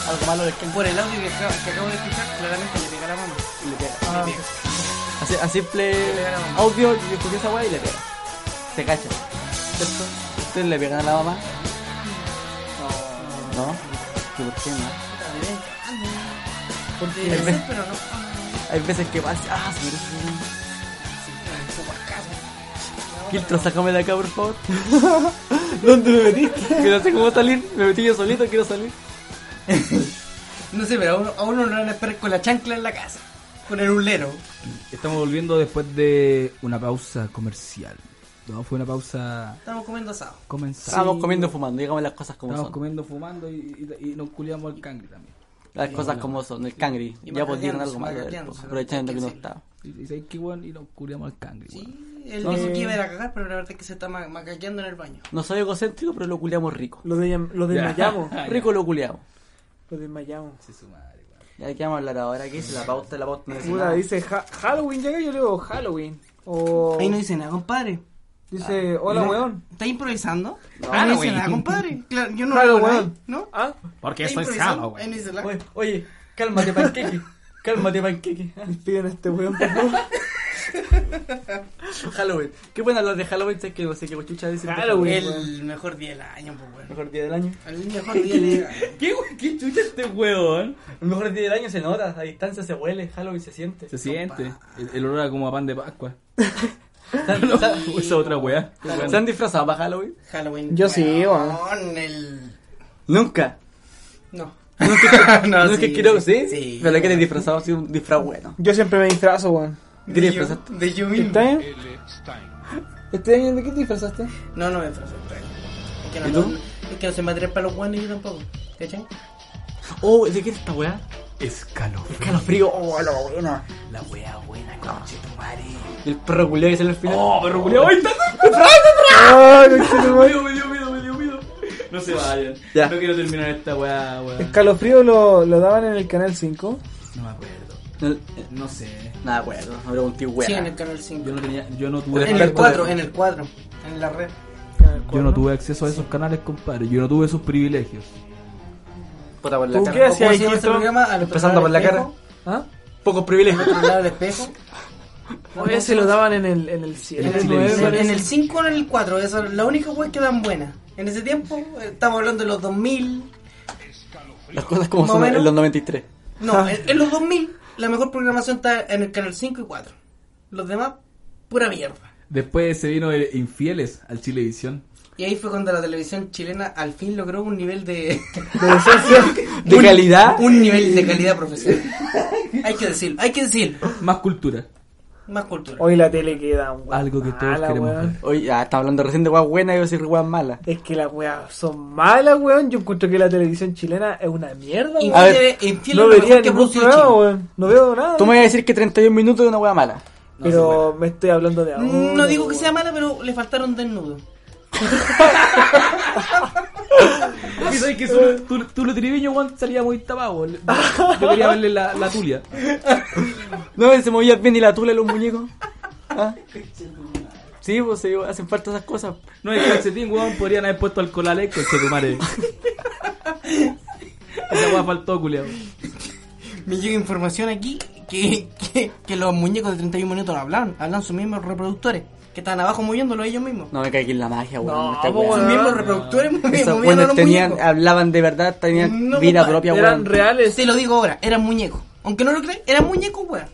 C: Algo malo del cangrejo.
F: Por el audio que, acá- que acabo de escuchar, claramente le pega la mano.
C: Y le pega.
F: Ah.
C: Le pega. Así, a simple audio, yo escuché esa weá y le pega. Se cacha. ¿Cierto? ¿Ustedes le pegan a la mamá? No. ¿No? ¿Y por qué no?
F: Porque
C: Hay veces-
F: pero no.
C: Hay veces que pasa. Ah, se merece un- Kiltro, sácame de acá, por favor.
G: ¿Dónde me metiste?
C: Que no sé cómo salir. Me metí yo solito, quiero salir.
F: No sé, pero a uno, a uno lo van a esperar con la chancla en la casa. Con el ulero.
E: Estamos volviendo después de una pausa comercial. No, fue una pausa
F: Estamos comiendo asado.
E: comenzada.
C: Estábamos comiendo y fumando, dígame las cosas como
E: Estábamos
C: son.
E: comiendo, fumando y, y- y nos culiamos al cangre también.
C: Las cosas como son, el cangri.
F: Y
C: Ya podían algo más,
F: macateándose, macateándose,
C: aprovechando que no
F: sí.
C: estaba.
E: Y, y sabes qué, weón, y nos culiamos al cangre, weón.
F: Él dijo que iba a ir a cagar, pero la verdad es que se está ma- macaqueando en el baño.
C: No soy egocéntrico, pero lo culeamos rico.
G: Lo, de, lo desmayamos.
E: Ya.
C: Rico lo culeamos.
G: Lo desmayamos.
E: Sí, su madre, weón.
C: Ya que vamos a hablar ahora, ¿qué es la pauta? La pauta no dice
G: Puta,
C: nada.
G: dice "Ja- Halloween, llega y yo le digo Halloween. O
F: Ahí no dice nada, compadre.
C: Ah,
G: dice, hola
F: No.
G: weón.
F: ¿Está improvisando? No,
E: Ah,
F: no
E: güey.
F: dice nada, compadre. Claro, yo no
G: Claro,
F: lo
G: weón.
F: ¿No?
G: Ah,
E: Porque
F: Está
E: estoy
F: improvisando,
E: sano, weón.
F: ahí no dice nada.
C: Oye, oye, cálmate, panqueque. Cálmate, panqueque.
G: despiden a este weón, por favor.
C: Halloween. Qué bueno hablar de Halloween, sé que no sé qué chucha dicen. de
G: Halloween.
F: El mejor día del año, pues, weón.
C: Mejor día del año.
F: El mejor día del año.
E: ¿Qué, weón? ¿Qué chucha este weón?
C: El mejor día del año se nota, a distancia se huele, Halloween se siente.
E: Se siente. El, el olor a como a pan de Pascua.
C: ¿Se han-
E: Esa otra weá.
C: se- ¿Se han disfrazado para Halloween?
F: Halloween.
G: Yo sí, weón.
F: weón. El...
C: Nunca.
F: No.
C: No,
E: Ah,
F: no,
C: es que quiero, ¿sí?
F: Sí.
C: Pero que te disfrazado, sí, un disfraz bueno.
G: Yo siempre me disfrazo, weón.
C: ¿Qué te
F: De yo,
C: disfrazaste?
F: de yo mismo.
G: ¿Este año? ¿Este año de qué te disfrazaste?
F: No, no me disfrazé. este año. Es que no,
C: ¿Y
F: no-
C: tú?
F: es que no se me atreve para los guanes yo tampoco. ¿Cachai?
C: Oh, ¿de qué es esta weá?
E: Escalofrío.
C: Escalofrío, oh, la buena.
E: La weá buena, conche tu madre.
C: El perro culiao que sale al final.
E: Oh, perro culiao. ¡Ahí está!
G: Ah, conchito,
E: Me
G: weón.
E: dio, me dio miedo, me dio miedo. No se vayan.
C: Ya.
E: No quiero terminar esta weá, weón.
G: Escalofrío lo, lo daban en el canal 5.
E: No me acuerdo.
C: No-
E: No sé.
C: Nada, weá, no pregunté weá.
F: Sí, en el canal 5.
E: Yo no tenía, yo no tuve
F: En el 4, en el 4. En la red.
E: Yo no tuve acceso a esos canales, compadre. Yo no tuve esos privilegios.
C: Puta por la
G: ¿Tú qué
C: cara.
G: hacías
F: ¿Cómo
G: ahí,
F: se llama este
G: Kiltro?
F: programa? A los
C: Empezando por la cara.
G: ¿Ah?
C: Pocos privilegios.
F: Al lado del espejo.
G: Oye, se lo daban en el, en el
E: En
G: 7.
E: el
F: En,
E: Televisión.
F: en el 5 o en el 4, esa es la única web que dan buena. En ese tiempo, eh, estamos hablando de los 2000.
C: Las cosas como
F: Más o
C: son
F: menos.
C: en los 93.
F: No, en, en los 2000, la mejor programación está en el canal 5 y 4. Los demás, pura mierda.
E: Después se vino el Infieles al Chilevisión.
F: Y ahí fue cuando la televisión chilena al fin logró un nivel de.
C: ¿De calidad?
F: un nivel de calidad profesional. hay que decirlo, hay que decirlo.
E: Más cultura.
F: Más cultura.
G: Hoy la tele queda, weón.
E: Algo que todos
G: mala,
E: queremos
G: weón.
E: ver.
C: Oye, ah, está hablando recién de weá buena y yo soy weá mala.
G: Es que las weas son malas, weón. Yo encuentro que la televisión chilena es una mierda, weón.
C: ver,
F: Infiel infiel
G: No
F: es lo mejor
G: vería
F: que ha
G: ningún
F: producido
G: programa,
F: Chile.
G: weón. No veo nada.
C: Tú me vas a decir que 31 minutos es una weá mala.
G: Pero me estoy hablando
C: Mm.
G: de ahora.
F: No digo que
G: weón.
F: sea mala, pero le faltaron desnudos.
E: Y sabes que su- tu, tu lotriviño, Juan, salía muy tapado. Le- Yo quería verle la, la tulia.
C: No, se movían bien ni la tula y los muñecos. ¿Ah? Sí, pues sí, hacen falta esas cosas.
E: No, el calcetín, weón, podrían haber puesto alcohol al ex, coche tu madre. Esa weá faltó, culiao.
F: Me llega información aquí que, que, que los muñecos de 31 minutos no hablan, hablan sus mismos reproductores, que están abajo moviéndolo ellos mismos.
C: No me cae aquí en la magia, weón.
G: No,
C: esta
G: pues,
C: weá.
F: Sus mismos reproductores movi-
C: Ah, Esos
F: moviendo
C: buenos
F: los
C: tenían,
F: muñecos.
C: hablaban de verdad, tenían
F: No,
C: vida
F: compadre,
C: propia,
G: Eran
C: weón.
G: reales.
F: Te lo digo ahora, eran muñecos. Aunque no lo creas, eran muñecos, weón.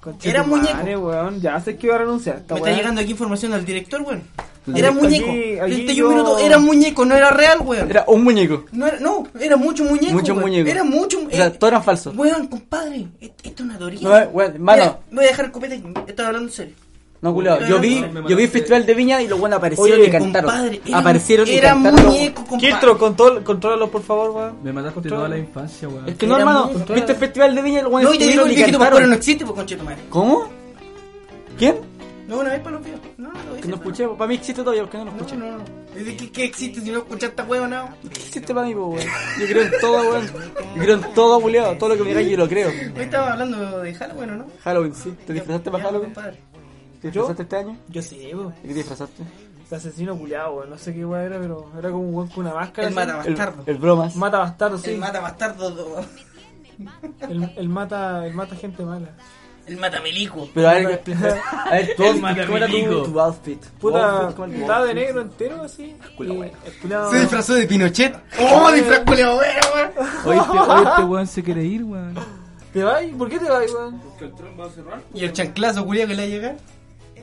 G: Conchito
F: Era muñeco.
G: madre, weón. Ya sé que iba a renunciar. a Esta
F: Me está
G: weá.
F: llegando aquí información del director, weón.
C: El
F: Era
C: director,
F: muñeco.
G: aquí- aquí
F: 31
G: yo-
F: minutos era muñeco, no era real, weón.
C: Era un muñeco.
F: No, era, no, era mucho muñeco.
C: Mucho
F: weón.
C: muñeco.
F: Era mucho.
C: O sea,
F: eh,
C: todo era falso.
F: Weón, compadre, et- esto es una teoría.
C: No, eh, weón, mano.
F: Mira, voy a dejar copete aquí, estoy hablando en serio.
C: No, culiao. Yo vi, yo vi el Festival de Viña y los buenos aparecieron
G: Oye,
C: y cantaron.
F: Compadre, era,
C: aparecieron y
F: era
C: cantaron.
F: muñeco, compadre.
G: Kiltro, control, contrólalo, por favor, weón.
E: Me mataste toda la infancia, weón.
C: Es que no,
F: Era
C: hermano,
F: muñeco,
C: viste el este Festival de Viña y los buenos
F: No, y te digo, el
C: estuvieron
F: viejito
C: y
F: pascuero no
C: cantaron.
F: existe, pues conchito madre.
C: ¿Cómo? ¿Quién?
F: No, una vez para los píos. No, no lo
C: Que
F: hice.
C: no escuché, para mí existe todavía, porque no lo
F: No,
C: escuché.
F: no, no. Dice, ¿Qué, qué existe si no escuchas esta hueá no?
G: ¿Qué hiciste para mí, po, weón? Yo creo en todo, weón. Yo creo en todo, culiado. Todo lo que me digáis, yo lo creo.
F: Hoy estaba hablando de Halloween, ¿o ¿no?
G: Halloween, sí. ¿Te disfrazaste para Halloween?
F: Compadre.
G: ¿Te disfrazaste este año?
F: Yo sí, weón.
G: ¿Y qué te disfrazaste? El asesino culiado, weón. No sé qué weón era, pero era como un weón con una máscara.
F: El
G: así.
F: mata bastardo.
G: El, el bromas. Mata bastardo, sí.
F: El mata bastardo, do-
G: El, el mata, el mata gente mala.
F: el mata milico.
G: Pero a ver, a ver, tú,
E: El mata
G: ¿cómo era tu,
E: milico.
G: tu outfit?
D: Puta,
G: Tu outfit, ¿cómo era tu
D: estaba de
G: outfit?
D: negro entero así. y el culiao-
F: Se disfrazó de Pinochet. ¡Oh, disfraz culiao bueno, weón!
E: Oye, este, oye, este weón se quiere ir, weón.
G: ¿Te vas? ¿Por qué te vas, weón?
C: ¿Que el tren va a cerrar?
F: ¿Y el chanclazo culiao que le va a llegar?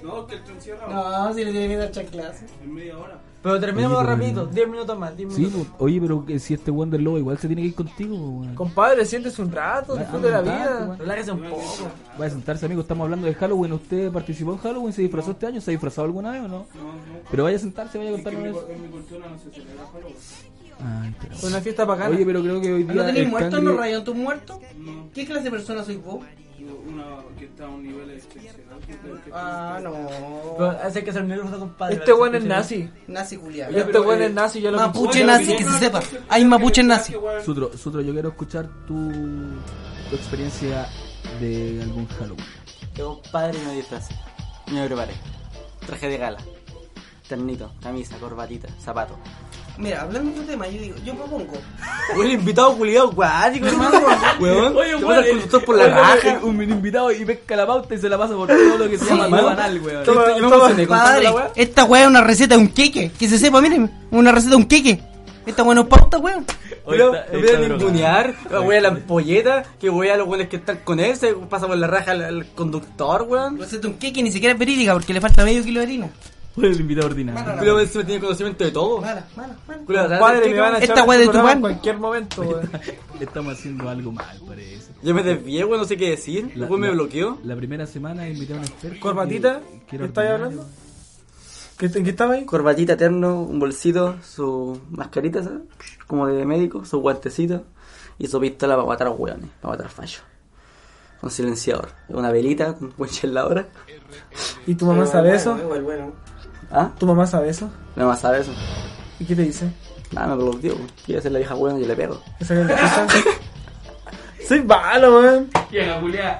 C: No, que el tren cierra
F: No, si le tiene que dar chanclazo.
C: en media hora.
G: Pero terminamos
E: Oye, pero-
G: rapidito, 10 minutos más, 10
E: Sí,
G: minutos.
E: pues, oye, pero que si este weón del lobo igual se tiene que ir contigo, pues, weón.
G: Compadre, siéntese un rato, disfrute de la
E: anda,
G: vida.
E: weón.
G: Relájese un poco.
E: Va a sentarse, amigo. Estamos hablando de Halloween. ¿Usted participó en Halloween? ¿Se disfrazó este año? ¿Se ha disfrazado alguna vez o no?
C: No, no.
E: Pero vaya a sentarse, vaya a
C: Es que eh. en
E: contarnos
C: mi,
E: eso. Ah,
C: en mi cultura no se celebra Halloween.
E: Ay, pero-
G: Fue una fiesta bacana.
E: Oye, pero creo que hoy día.
F: ¿No tenéis
E: el
F: muertos,
E: Cangri-
F: no rayan tus muertos?
C: No,
F: ¿Qué clase de persona sois vos?
C: no, una que está a un nivel excepcional. que- que-
F: Ah,
G: Pero
F: no.
G: hace que ser nervioso, compadre.
F: Este
G: Este
F: weón
G: weón
F: es
G: es nazi.
F: Nazi culiao.
G: Este weón es nazi, ya lo
F: Mapuche nazi, que se sepa. Hay mapuche nazi.
E: Sutro, Sutro, yo quiero escuchar tu, tu experiencia de algún Halloween.
L: Yo, padre, me disfrazé. Me preparé. Traje de gala. Ternito, camisa, corbatita, zapato.
F: Mira, hablando de tu tema, yo digo, yo propongo.
L: Un invitado culiado guático, hermano.
G: Weón,
E: Oye,
L: pues,
G: te
E: weón,
G: vas al
L: eh,
E: el-
G: conductor por la
E: oye, eh,
G: raja.
E: Un mini invitado y pesca la pauta y se la pasa por todo lo que se llama
F: weón.
E: tu anal, weón.
G: Toma,
E: Yo me
G: toma,
E: emocioné con
F: Padre,
E: la weá.
F: esta weá es una receta de un queque. Que se sepa, miren, una receta de un queque. Esta weá no es pauta, weón.
E: Hoy
L: Pero,
E: está-
L: en
E: hoy está
L: vez de
E: drogado.
L: ningunear, voy a la ampolleta, que voy a los weones que están con él, se pasa por la raja al, al conductor, weón.
F: Receta de un queque ni siquiera es verídica porque le falta medio kilo de harina.
E: Oye, El invitado ordinario.
L: Pero encima tiene conocimiento de todo.
F: Mala, mala, mala.
L: Culiao, atrás del
G: Compadre, me
L: chico,
G: van a
F: Esta
G: echar
F: weá de
G: este programa
F: Tubán.
G: en cualquier momento, weón.
E: Estamos haciendo algo mal, parece.
L: Yo me desvié, weón, no sé qué decir.
E: La-
L: Después me
E: la-
L: bloqueó.
E: La primera semana invité a un experto.
G: Corbatita,
E: que- que
G: ¿qué
E: era
G: estáis
E: ordinario.
G: hablando? ¿Qué, ¿En qué estaba ahí?
L: Corbatita eterno, un bolsito, su mascarita, ¿sabes? Como de médico, su guantecito y su pistola para matar hueones, para matar fallos. Un silenciador, una velita, un puente en la hora.
G: ¿Y tu mamá sabe eso?
F: Igual, bueno.
L: ¿Ah?
G: ¿Tu mamá sabe eso?
L: Nada más sabe eso.
G: ¿Y qué te dice?
L: Nada, me bloqueó. Quiere ser la vieja hueona, yo le pego.
G: ¿Te sacan la pizza? Soy malo, weón.
C: Llega, culiá.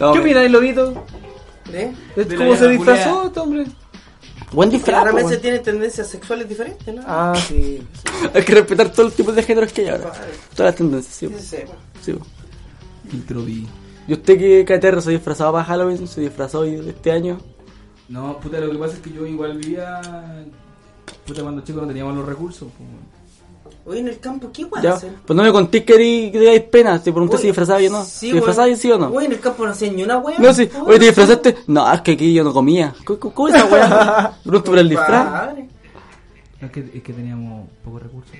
L: No,
G: ¿Qué
L: me-
G: opináis, Lobito?
F: ¿Eh?
G: ¿Es
C: De la
G: ¿Cómo se
C: vieja
G: disfrazó este hombre?
L: Buen disfraz. po,
F: Claramente
L: weón.
F: tiene tendencias sexuales diferentes, ¿no?
G: Ah, sí.
L: Hay que respetar todos los tipos de géneros que hay ahora. Todas las tendencias, sí. po. Sí, po.
E: Filtro B.
L: ¿Y usted que caterro se disfrazaba para Halloween? ¿Se disfrazó hoy- este año?
E: No, puta, lo que pasa es que yo igual vivía. Puta, cuando chico no teníamos los recursos. pues, weón.
F: Oye, en el campo, ¿qué weá
L: Ya,
F: hacen?
L: pues no me contéis que eres- que teníais pena, te pregunté
F: Oye,
L: si disfrazaba yo no.
F: sí,
L: ¿Te disfrazabas
F: weón.
L: sí o no?
F: Oye, en el campo no hacían ni una weá.
L: No, sí,
F: Oye,
L: oye, ¿te disfrazaste? No, es que aquí yo no comía. ¿Cómo, cómo- cómo esa weá? Bruto por el disfraz.
F: Padre.
E: No, Es que, es que teníamos pocos recursos.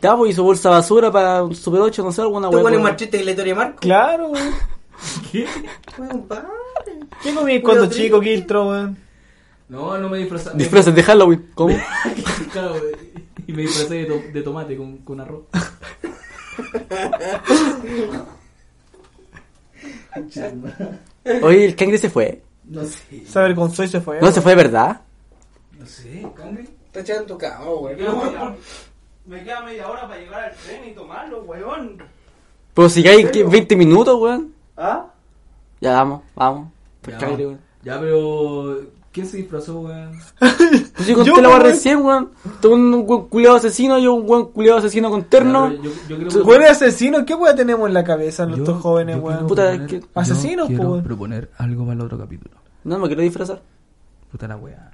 L: Ya, pues, hizo bolsa basura para un Super 8, no sé, alguna
F: Te pones
L: weá.
F: más triste que la historia de Marco.
G: Claro, weón.
F: Weón, padre.
G: ¿Qué comí cuando
F: Cuidado,
G: chico,
F: triste.
G: Kiltro, weón?
E: No, no me disfrazaba.
L: Disfraces de Halloween, ¿cómo?
E: Claro, y me disfrazé de, to- de tomate con, con arroz.
L: Oye, el cangre se fue.
E: No sé.
G: Se avergonzó y se fue.
L: No, se fue de verdad.
E: No sé, Cangri.
F: Está echando en tu cama, weón.
C: Me queda media hora para llegar al tren y tomarlo, weón.
L: Pero si hay ¿qué? 20 minutos, weón.
C: ¿Ah?
L: Ya, vamos, vamos. Por
E: Ya,
L: cangre, weón.
E: ya, pero. ¿Quién se disfrazó, weón?
L: Pues yo conté la weá recién, weón. Tú un weón culiado asesino, yo un weón culiado asesino con terno.
E: Ya, pero Yo, yo creo
G: ¿Tú eres asesino? ¿Qué weón tenemos en la cabeza
E: Yo-
G: nosotros jóvenes,
E: yo
G: weón?
E: quiero
L: Puta,
E: proponer-
L: que-
E: yo
G: asesinos,
E: quiero
G: po, weón.
E: proponer algo para el otro capítulo.
L: No, me quiero disfrazar.
E: Puta la weá.